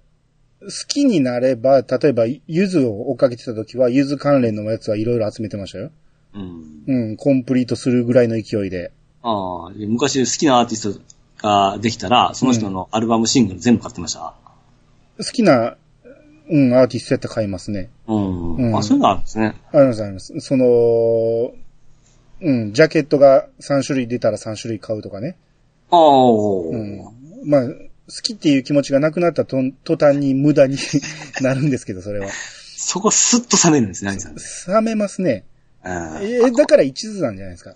[SPEAKER 2] 好きになれば、例えば、ゆずを追っかけてた時は、ゆず関連のやつはいろいろ集めてましたよ。
[SPEAKER 1] うん。
[SPEAKER 2] うん、コンプリートするぐらいの勢いで。
[SPEAKER 1] ああ、昔好きなアーティストができたら、その人のアルバムシングル全部買ってました。
[SPEAKER 2] 好きな、うん、アーティストやったら買いますね。
[SPEAKER 1] うん。
[SPEAKER 2] うん
[SPEAKER 1] あ、そういうのあるんですね。
[SPEAKER 2] ありがとうございます。その、うん、ジャケットが3種類出たら3種類買うとかね。
[SPEAKER 1] ああ、
[SPEAKER 2] うん。まあ、好きっていう気持ちがなくなったと途端に無駄に なるんですけど、それは。
[SPEAKER 1] そこスッと冷めるんですね、兄さんね。
[SPEAKER 2] 冷めますね。
[SPEAKER 1] うん
[SPEAKER 2] え、だから一途なんじゃないですか。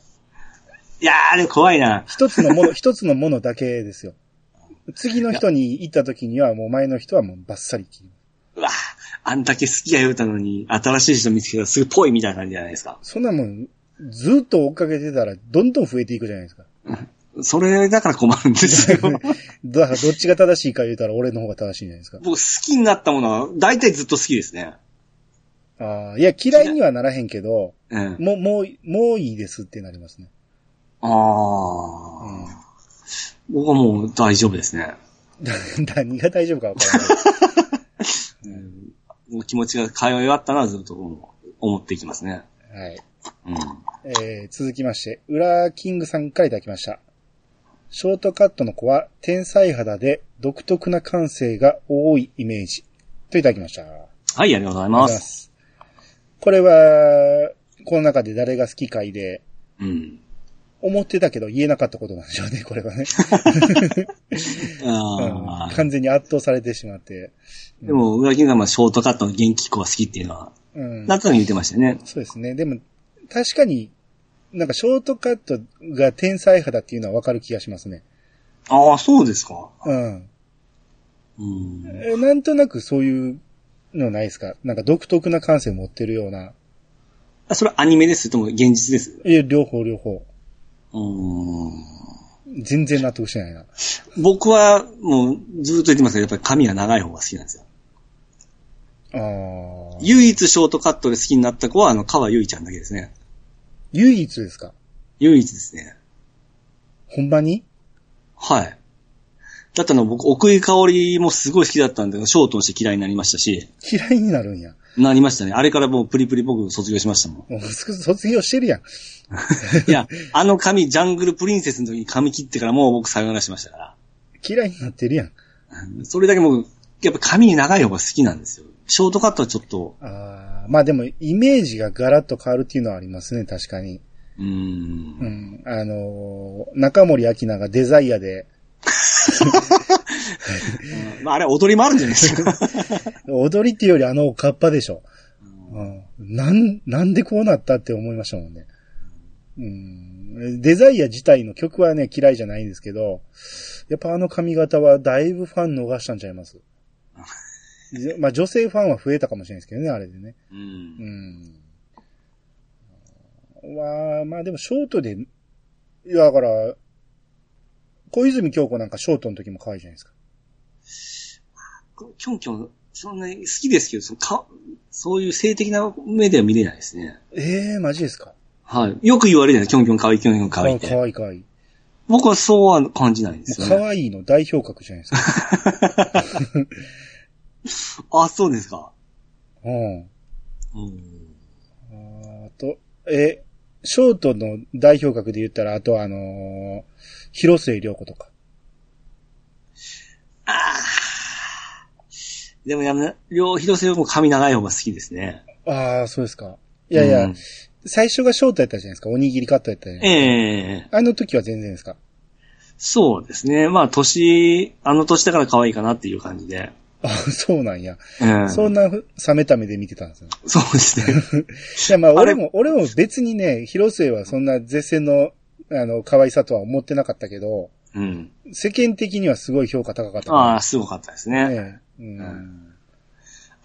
[SPEAKER 1] いやー、あれ怖いな。
[SPEAKER 2] 一つのもの、一つのものだけですよ。次の人に行った時にはもう前の人はもうバッサリ切る。
[SPEAKER 1] うわあんだけ好きや言うたのに、新しい人見つけたらすぐぽいみたいな感じじゃないですか。
[SPEAKER 2] そんなもん、ずっと追っかけてたらどんどん増えていくじゃないですか。
[SPEAKER 1] それだから困るんですよ。
[SPEAKER 2] だからどっちが正しいか言うたら俺の方が正しいんじゃないですか。
[SPEAKER 1] 僕好きになったものは、大体ずっと好きですね。
[SPEAKER 2] あああ、いや、嫌いにはならへんけど、
[SPEAKER 1] うん。
[SPEAKER 2] もう、もう、もういいですってなりますね。
[SPEAKER 1] ああ、僕はもう大丈夫ですね。
[SPEAKER 2] うん、 何が大丈夫かわからない。
[SPEAKER 1] もう気持ちが通い終わったな、ずっと思う思っていきますね。
[SPEAKER 2] はい。
[SPEAKER 1] うん。
[SPEAKER 2] えー、続きまして、裏キングさんからいただきました。ショートカットの子は天才肌で独特な感性が多いイメージ。といただきました。ありがと
[SPEAKER 1] はい、ありがとうございう
[SPEAKER 2] ご
[SPEAKER 1] ま。
[SPEAKER 2] ざいますす。これは、この中で誰が好きかいで、
[SPEAKER 1] うん。
[SPEAKER 2] 思ってたけど言えなかったことなんでしょうね、 これはね。
[SPEAKER 1] あ
[SPEAKER 2] う
[SPEAKER 1] あ
[SPEAKER 2] ん、完全に圧倒されてしまって。
[SPEAKER 1] でも、裏キングはまあショートカットの元気子が好きっていうのは、
[SPEAKER 2] うん、
[SPEAKER 1] なんとなく言ってましたよね。
[SPEAKER 2] そうですね。でも、確かに、なんかショートカットが天才肌っていうのはわかる気がしますね。
[SPEAKER 1] ああ、そうですか。
[SPEAKER 2] うん。
[SPEAKER 1] うん。
[SPEAKER 2] えなんとなくそういうのないですかなんか独特な感性持ってるような。
[SPEAKER 1] あそれアニメですとも現実です。
[SPEAKER 2] いや、両方両方。
[SPEAKER 1] うん。
[SPEAKER 2] 全然納得してないな。
[SPEAKER 1] 僕はもうずっと言ってますけど、やっぱり髪が長い方が好きなんですよ。
[SPEAKER 2] あー
[SPEAKER 1] 唯一ショートカットで好きになった子は、あの、川由衣ちゃんだけですね。
[SPEAKER 2] 唯一ですか
[SPEAKER 1] 唯一ですね。
[SPEAKER 2] ほんまに
[SPEAKER 1] はい。だったの僕、奥井香織もすごい好きだったんだけど、ショートにして嫌いになりましたし、
[SPEAKER 2] 嫌いになるんや。
[SPEAKER 1] なりましたね。あれからもうプリプリ僕卒業しました もん。
[SPEAKER 2] もう卒卒業してるやん。
[SPEAKER 1] いや、あの髪、ジャングルプリンセスの時に髪切ってからもう僕さよならしましたから。
[SPEAKER 2] 嫌いになってるやん。
[SPEAKER 1] うんそれだけもう、やっぱ髪長い方が好きなんですよ。ショートカットはちょっと、
[SPEAKER 2] あーまあでも、イメージがガラッと変わるっていうのはありますね、確かに。
[SPEAKER 1] うーん
[SPEAKER 2] う。ん。あのー中森明菜がデザイアで、
[SPEAKER 1] まあ、あれ踊りもあるんじゃないですか。
[SPEAKER 2] 踊りっていうよりあのおかっぱでしょ。うん。なん、なんでこうなったって思いましたもんね。うん。デザイア自体の曲はね、嫌いじゃないんですけど、やっぱあの髪型はだいぶファン逃したんちゃい ます。まあ女性ファンは増えたかもしれないですけどね、あれでね。
[SPEAKER 1] う。
[SPEAKER 2] うんん。は、まあでもショートで、いやだから、小泉京子なんかショートの時も可愛いじゃないですか。
[SPEAKER 1] キョンキョン、そんなに好きですけど、そのかそういう性的な目では見れないですね。
[SPEAKER 2] ええー、マジですか
[SPEAKER 1] はい。よく言われるじゃないキョンキョン可愛い、キョンキョン可愛いっ
[SPEAKER 2] あ可
[SPEAKER 1] て。
[SPEAKER 2] 愛い可愛い。
[SPEAKER 1] 僕はそうは感じないんです
[SPEAKER 2] もう
[SPEAKER 1] よね。
[SPEAKER 2] 可愛いの代表格じゃないです か。
[SPEAKER 1] あ、そうですか。
[SPEAKER 2] うん。
[SPEAKER 1] うん。
[SPEAKER 2] あと、え、ショートの代表格で言ったら、あとあのー広末涼子とか。
[SPEAKER 1] でもやめ、両、広瀬も髪長い方が好きですね。
[SPEAKER 2] ああ、そうですか。いやいや、
[SPEAKER 1] うん
[SPEAKER 2] 最初がショートやったじゃないですか。おにぎりカットやったじゃないです
[SPEAKER 1] ええ
[SPEAKER 2] か。あの時は全然ですか。
[SPEAKER 1] そうですね。まあ、年、あの年だから可愛いかなっていう感じで。
[SPEAKER 2] あそうなんや。
[SPEAKER 1] うん。
[SPEAKER 2] そんなふ冷めた目で見てたんですね。
[SPEAKER 1] そうです ね。
[SPEAKER 2] いや、まあ、
[SPEAKER 1] あれ
[SPEAKER 2] 俺も、俺も別にね、広末はそんな絶世の、あの、可愛さとは思ってなかったけど、
[SPEAKER 1] うん。
[SPEAKER 2] 世間的にはすごい評価高かっ
[SPEAKER 1] あ
[SPEAKER 2] たか
[SPEAKER 1] あ、すごかったです
[SPEAKER 2] ら
[SPEAKER 1] ね。
[SPEAKER 2] ね。うん
[SPEAKER 1] うん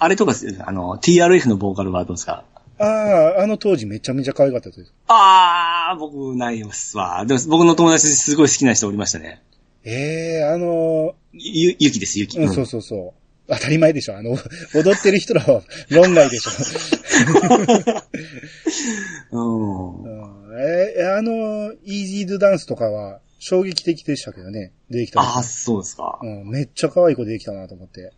[SPEAKER 1] あれとかですね、あの、TRF のボーカルはどうですか
[SPEAKER 2] ああ、あの当時めちゃめちゃ可愛かったです。
[SPEAKER 1] あー、僕、ないですわ。でも、僕の友達ですごい好きな人おりましたね。
[SPEAKER 2] ええあの
[SPEAKER 1] ゆ、ゆきです、ゆき。
[SPEAKER 2] ー、うん、そうそうそう。当たり前でしょ。あの、 踊ってる人らは論外でしょ。
[SPEAKER 1] うん。
[SPEAKER 2] う
[SPEAKER 1] うん
[SPEAKER 2] ん、えーあの、イージードダンスとかは衝撃的でしたけどね。出てきた
[SPEAKER 1] あー、
[SPEAKER 2] 時。
[SPEAKER 1] そうですか。
[SPEAKER 2] うん、めっちゃ可愛い子出てきたなと思って。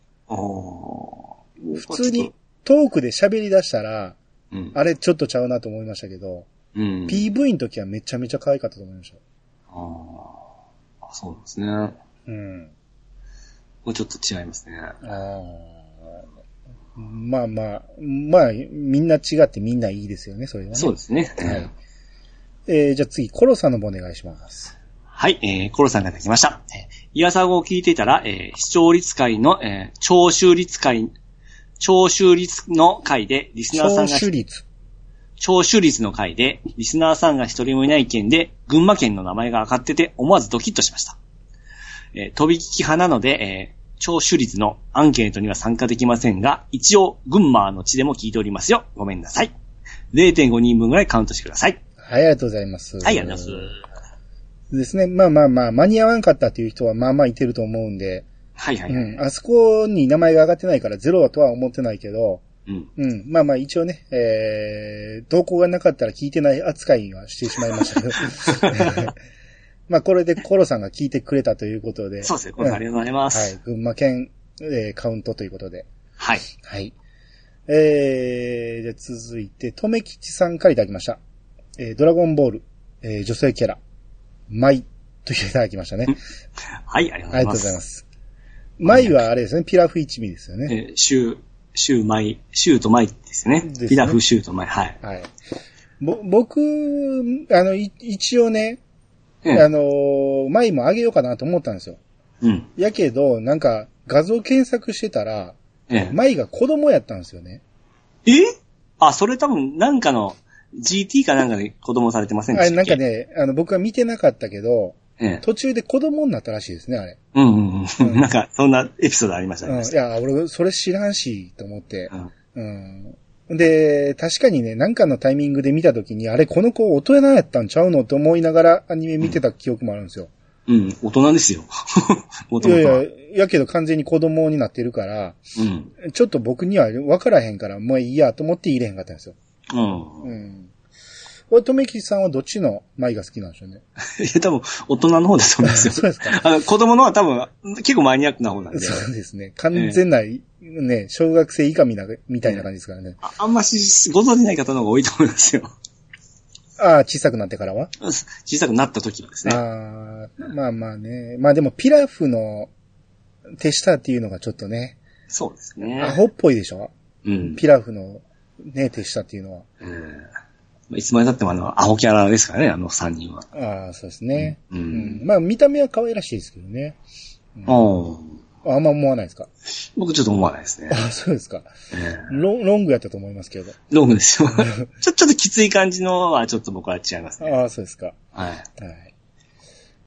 [SPEAKER 1] うん
[SPEAKER 2] 普通に。トークで喋り出したら、
[SPEAKER 1] うん。
[SPEAKER 2] あれちょっとちゃうなと思いましたけど、
[SPEAKER 1] うん。
[SPEAKER 2] PV の時はめちゃめちゃ可愛かったと思いました。
[SPEAKER 1] あーあ、そうですね。も
[SPEAKER 2] うん。
[SPEAKER 1] うちょっと違いますね。
[SPEAKER 2] ああ。まあまあ、まあ、みんな違ってみんないいですよね、それはね。
[SPEAKER 1] そうですね。
[SPEAKER 2] はい。えー、じゃあ次、コロさんの方お願いします。
[SPEAKER 1] はい、えー、コロさんが来ました。えーイヤサゴを聞いていたら、えー視聴率会の、えー聴取率会、聴取率の会で、リスナーさ
[SPEAKER 2] 聴
[SPEAKER 1] んが
[SPEAKER 2] 取率。
[SPEAKER 1] 聴取率の回で、リスナーさんが一人もいない県で、群馬県の名前が上がってて、思わずドキッとしました。えー飛び聞き派なので、えー聴取率のアンケートには参加できませんが、一応、群馬の地でも聞いておりますよ。ごめんなさい。0.5人分ぐらいカウントしてください。
[SPEAKER 2] はい、ありがとうございます。
[SPEAKER 1] はい、ありがとうございます。
[SPEAKER 2] す。ですね。まあまあまあ、間に合わんかったっていう人はまあまあいてると思うんで、
[SPEAKER 1] はいはい、
[SPEAKER 2] う
[SPEAKER 1] はい
[SPEAKER 2] ん。あそこに名前が上がってないからゼロとは思ってないけど、
[SPEAKER 1] うん。
[SPEAKER 2] うん。まあまあ一応ね、えー、投稿がなかったら聞いてない扱いはしてしまいましたけど。 まあこれでコロさんが聞いてくれたということで。
[SPEAKER 1] そうですね。これありがとうございま
[SPEAKER 2] はい
[SPEAKER 1] す。。
[SPEAKER 2] 群馬県、えー、カウントということで。
[SPEAKER 1] はい。
[SPEAKER 2] はい。えー、で続いて、とめきちさんからいただきました。えー、ドラゴンボール、えー、女性キャラ、マイといただきましたね。
[SPEAKER 1] はい、ありがとう
[SPEAKER 2] ありがとう
[SPEAKER 1] ご
[SPEAKER 2] ご
[SPEAKER 1] ざ
[SPEAKER 2] ざ
[SPEAKER 1] い
[SPEAKER 2] い
[SPEAKER 1] ま。
[SPEAKER 2] ますす。マイはあれですね、ピラフ一味ですよね。
[SPEAKER 1] えー、シュー、シューマイ、シューとマイですね。
[SPEAKER 2] ですね
[SPEAKER 1] ピラフ、シューとマイ。はい。
[SPEAKER 2] はい。ぼ、僕、あの、い一応ね、
[SPEAKER 1] う
[SPEAKER 2] あ
[SPEAKER 1] ん。
[SPEAKER 2] のー、マイもあげようかなと思ったんですよ。
[SPEAKER 1] うん。
[SPEAKER 2] やけど、なんか、画像検索してたら、
[SPEAKER 1] え
[SPEAKER 2] マイが子供やったんですよね。
[SPEAKER 1] ええあ、それ多分、なんかの、GT かなんかで子供されてません
[SPEAKER 2] あ
[SPEAKER 1] でし
[SPEAKER 2] れ
[SPEAKER 1] た
[SPEAKER 2] な
[SPEAKER 1] っ
[SPEAKER 2] ん
[SPEAKER 1] け
[SPEAKER 2] かね、あの、僕は見てなかったけど、
[SPEAKER 1] ええ。
[SPEAKER 2] 途中で子供になったらしいですね、あれ。
[SPEAKER 1] うんうんう
[SPEAKER 2] うん
[SPEAKER 1] ん。なんか、そんなエピソードありました
[SPEAKER 2] うん。
[SPEAKER 1] ね
[SPEAKER 2] い。や、俺、それ知らんし、と思って
[SPEAKER 1] う。ん
[SPEAKER 2] うん。で、確かにね、なんかのタイミングで見たときに、あれ、この子大人やったんちゃうのと思いながらアニメ見てた記憶もあるんですよ。
[SPEAKER 1] うん、大人ですよ。 もと
[SPEAKER 2] い
[SPEAKER 1] も
[SPEAKER 2] やい
[SPEAKER 1] とは。
[SPEAKER 2] や、やけど完全に子供になってるから、
[SPEAKER 1] うん。
[SPEAKER 2] ちょっと僕には分からへんから、もういいやと思って入れへんかったんですよ。
[SPEAKER 1] うん。
[SPEAKER 2] うん。これ、とめきさんはどっちの舞が好きなんでしょうね。
[SPEAKER 1] いや、多分、大人の方だと思うんですよ。
[SPEAKER 2] そうですか。
[SPEAKER 1] あの、子供のは多分、結構マニアックな方なんで。
[SPEAKER 2] そうですね。完全な、ね、小学生以下みなみたいな感じですからね。
[SPEAKER 1] ああんまし、ご存じない方の方が多いと思いますよ。
[SPEAKER 2] ああ、小さくなってからは、
[SPEAKER 1] 小さくなった時はですね。
[SPEAKER 2] ああ、まあまあね。まあでも、ピラフの手下っていうのがちょっとね、
[SPEAKER 1] そうです
[SPEAKER 2] ア
[SPEAKER 1] ね。
[SPEAKER 2] ホっぽいでしょ
[SPEAKER 1] うん。
[SPEAKER 2] ピラフのね、手下っていうのは。
[SPEAKER 1] うんまあいつまで経ってもあの、アホキャラですからね、あの三人は。
[SPEAKER 2] ああ、そうですね。
[SPEAKER 1] う
[SPEAKER 2] うん
[SPEAKER 1] ん。
[SPEAKER 2] まあ、見た目は可愛らしいですけどね。
[SPEAKER 1] おー
[SPEAKER 2] あんま思わないですか
[SPEAKER 1] 僕ちょっと思わないですね
[SPEAKER 2] あ。あ、そうですか。
[SPEAKER 1] ええ
[SPEAKER 2] ロロングやったと思いますけど。
[SPEAKER 1] ロングですよ。ちょ、ちょっときつい感じのはちょっと僕は違いますね。
[SPEAKER 2] ああ、そうですか。
[SPEAKER 1] はい。
[SPEAKER 2] はい。